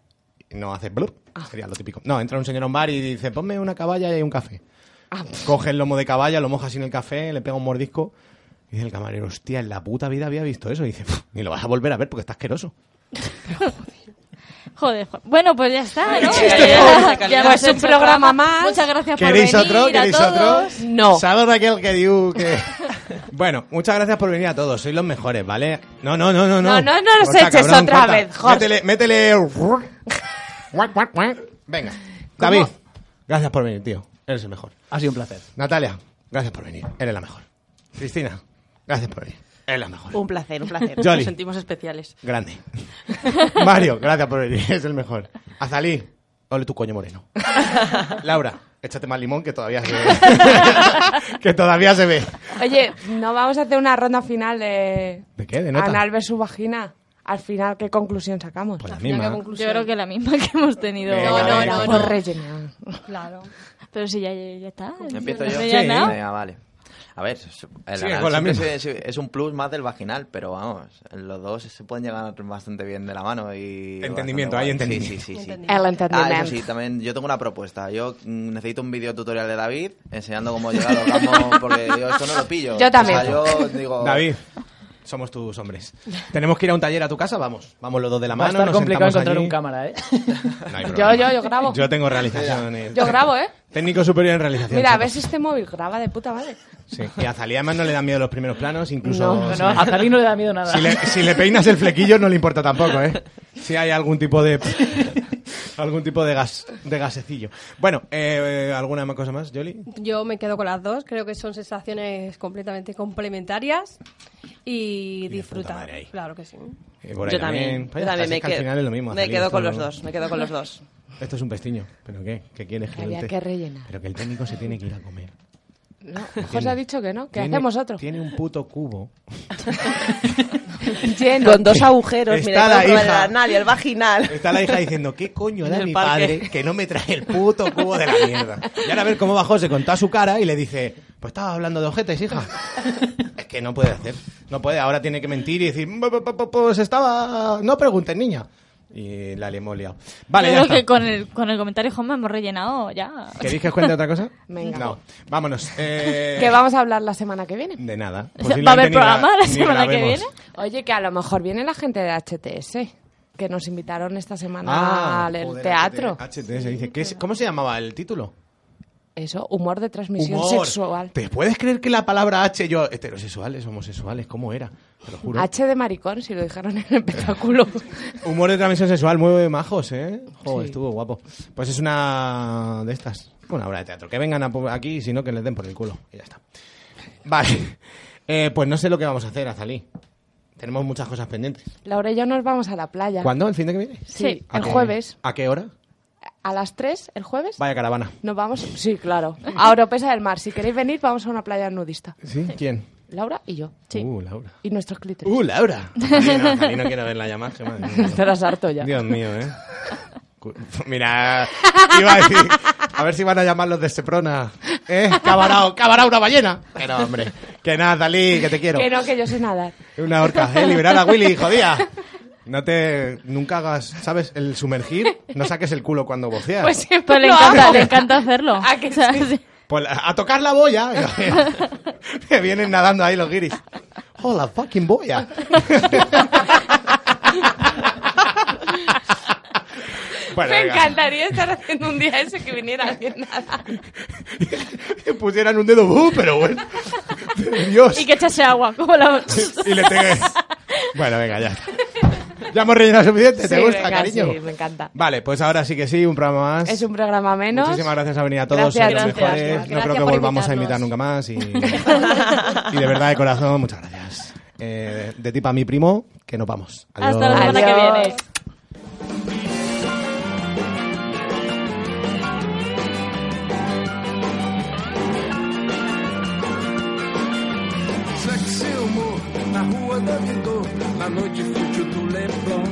y no hace blup. Ah. Sería lo típico. No, entra un señor a un bar y dice, ponme una caballa y un café. Ah. Coge el lomo de caballa, lo moja así en el café, le pega un mordisco. Y dice el camarero, hostia, en la puta vida había visto eso. Y dice, "Pff, ni lo vas a volver a ver porque está asqueroso. Joder, Juan. bueno, pues ya está, ¿no? Chiste Ya- pobre. ya Pues hemos hecho un programa más. Muchas gracias por venir ¿Queréis otro? a ¿Queréis otro? todos. No. ¿Sabes aquel que diu que... Bueno, muchas gracias por venir a todos. Sois los mejores, ¿vale? No, no, no, no. No, No, no, no los Corta, eches cabrón, otra corta. vez, Jorge. Métele, métele... Guac, guac, guac. Venga. David, gracias por venir, tío. Eres el mejor. Ha sido un placer. Natalia, gracias por venir. Eres la mejor. Cristina, gracias por venir. Eres la mejor. Un placer, un placer. Jolly. Nos sentimos especiales. Grande. Mario, gracias por venir. Es el mejor. Azalí, ole tu coño moreno. Laura, échate más limón que todavía se ve. que todavía se ve. Oye, ¿no vamos a hacer una ronda final de, ¿De qué? ¿De nota? anal versus vagina? Al final, ¿qué conclusión sacamos? Pues la Al final, misma. ¿qué conclusión? Yo creo que la misma que hemos tenido. Venga, No, no, venga. no, no. Por rellenar. Claro. Pero si ya, ya, ya está. Empiezo ¿No yo. se ya no? Venga, vale. A ver, es- el Sí, anal con la siempre misma. se- es un plus más del vaginal, pero vamos, los dos se pueden llegar bastante bien de la mano y... Entendimiento, bastante hay guay. entendimiento. Sí, sí, sí, sí. El entendimiento. Ah, eso sí, también yo tengo una propuesta. Yo mm, necesito un vídeo tutorial de David enseñando cómo llegar al orgasmo, porque yo esto no lo pillo. Yo también. O sea, yo digo... David, somos tus hombres. Tenemos que ir a un taller a tu casa, vamos. Vamos los dos de la Va a mano. estar nos complicado sentamos encontrar allí. un cámara, ¿eh? No hay Yo, problema. yo, yo grabo. Yo tengo realizaciones. Yo grabo, ¿eh? Técnico superior en realización. Mira, a chicos. ver si este móvil graba de puta madre. Sí. Y a Azalí además no le dan miedo los primeros planos, incluso... No, no, sí. No, a Zalí no le da miedo nada. Si le, si le peinas el flequillo no le importa tampoco, ¿eh? Si hay algún tipo de... algún tipo de gas, de gasecillo. Bueno, eh, ¿alguna cosa más, Jolly? Yo me quedo con las dos, creo que son sensaciones completamente complementarias y, disfrutar. Claro que sí. Eh, por ahí Yo también. Vaya, Yo también casi me que al quedo- final es lo mismo. me Azalea, quedo esto con no- los dos, me quedo con los dos. Esto es un pestiño. ¿Pero qué? ¿Qué quieres que Había el te- que rellenar. Pero que el técnico se tiene que ir a comer. No, Tiene- José ha dicho que no, que tiene- hacemos otro. Tiene un puto cubo. Lleno. Con dos agujeros, Está mira, la con el hija. anal y el vaginal. Está la hija diciendo, ¿qué coño En da el mi parque. padre que no me trae el puto cubo de la mierda? Y ahora a ver cómo va José con toda su cara y le dice, pues estaba hablando de ojetes, hija. Es que no puede hacer. No puede, ahora tiene que mentir y decir, "Bu, bu, bu, bu, pues estaba... No preguntes, niña. Y la le hemos liado. Vale, Yo ya creo que está. con el, con el comentario Juanma hemos rellenado ya. ¿Queréis que os cuente otra cosa? Venga. No. Vámonos. Eh, Que vamos a hablar la semana que viene. De nada. sea, ¿va a Posiblemente haber ni gra- programa la ni semana que grabemos. viene? Oye, que a lo mejor viene la gente de HTS, que nos invitaron esta semana Ah, al el joder, teatro. HTS, dice. ¿Qué es- ¿Cómo se llamaba el título? Eso, humor de transmisión Humor. sexual. ¿Te puedes creer que la palabra H, yo, heterosexuales, homosexuales, cómo era? Te lo juro. H de maricón, si lo dijeron en el espectáculo. Humor de transmisión sexual, muy majos, ¿eh? Joder, Sí. estuvo guapo. Pues es una de estas, una obra de teatro. Que vengan a pu- aquí y si no, que les den por el culo. Y ya está. Vale. Eh, pues no sé lo que vamos a hacer, Azalí. Tenemos muchas cosas pendientes. Laura y yo nos vamos a la playa. ¿Cuándo? ¿El fin de que viene? Sí, ¿A el qué- jueves. ¿A qué hora? A las 3, el jueves, Vaya caravana. nos vamos, sí, claro, a Oropesa del Mar. Si queréis venir, vamos a una playa nudista. ¿Sí? ¿Quién? Laura y yo. Uh, Laura. Y nuestros clítoris. Uh, Laura. Azalí no, Azalí no quiero verla llamar. que madre mía. Estarás harto ya. Dios mío, ¿eh? Cu- Mira, iba a decir, a ver si van a llamar los de Seprona. ¿Eh? Cabarao, cabarao una ballena. Pero hombre, que nada, Dalí, que te quiero. Que no, que yo sé nadar. Una horca, ¿eh? Liberar a Willy, jodía. No te, nunca hagas, ¿sabes? El sumergir, no saques el culo cuando boceas. Pues siempre le lo encanta, hago. le encanta hacerlo. O sea, Ah, sí. Pues a a tocar la boya. Que vienen nadando ahí los guiris. Hola, fucking boya. Bueno, Me venga. encantaría estar haciendo un día ese que viniera alguien nadar. Que pusieran un dedo, ¡uh! pero bueno. Pero Dios. Y que echase agua, como la... Y le pegué. Bueno, venga, ya. Ya hemos rellenado suficiente, ¿te Sí, gusta, venga, cariño? sí, me encanta. Vale, pues ahora sí que sí, un programa más. Es un programa menos. Muchísimas gracias a venir a todos, Gracias, sois los gracias. mejores. no Gracias creo que por volvamos a invitarnos. invitar nunca más. Y, y de verdad, de corazón, muchas gracias. Eh, de ti para mi primo, que nos vamos. Adiós. Hasta la semana que Adiós. viene. Sexy humor na rua do Vitor, na noite fútil do Leblon.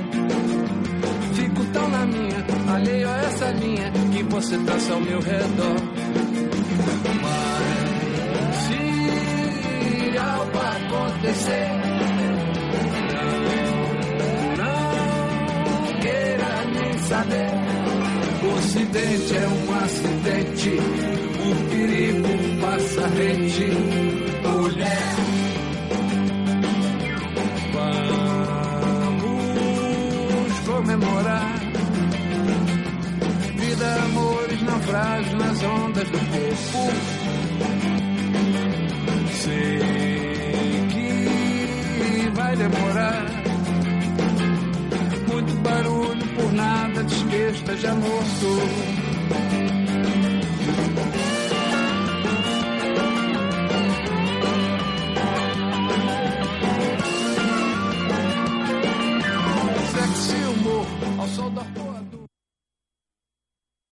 Fico tão na minha, alheio a essa linha que você traça ao meu redor. Mas se algo acontecer, não queira nem saber. O acidente é um acidente, o perigo passa rente, mulher. Vamos comemorar. Vida, amores, naufrágios nas ondas do corpo. Sei que vai demorar. Muito barulho por nada, desquesta já morto.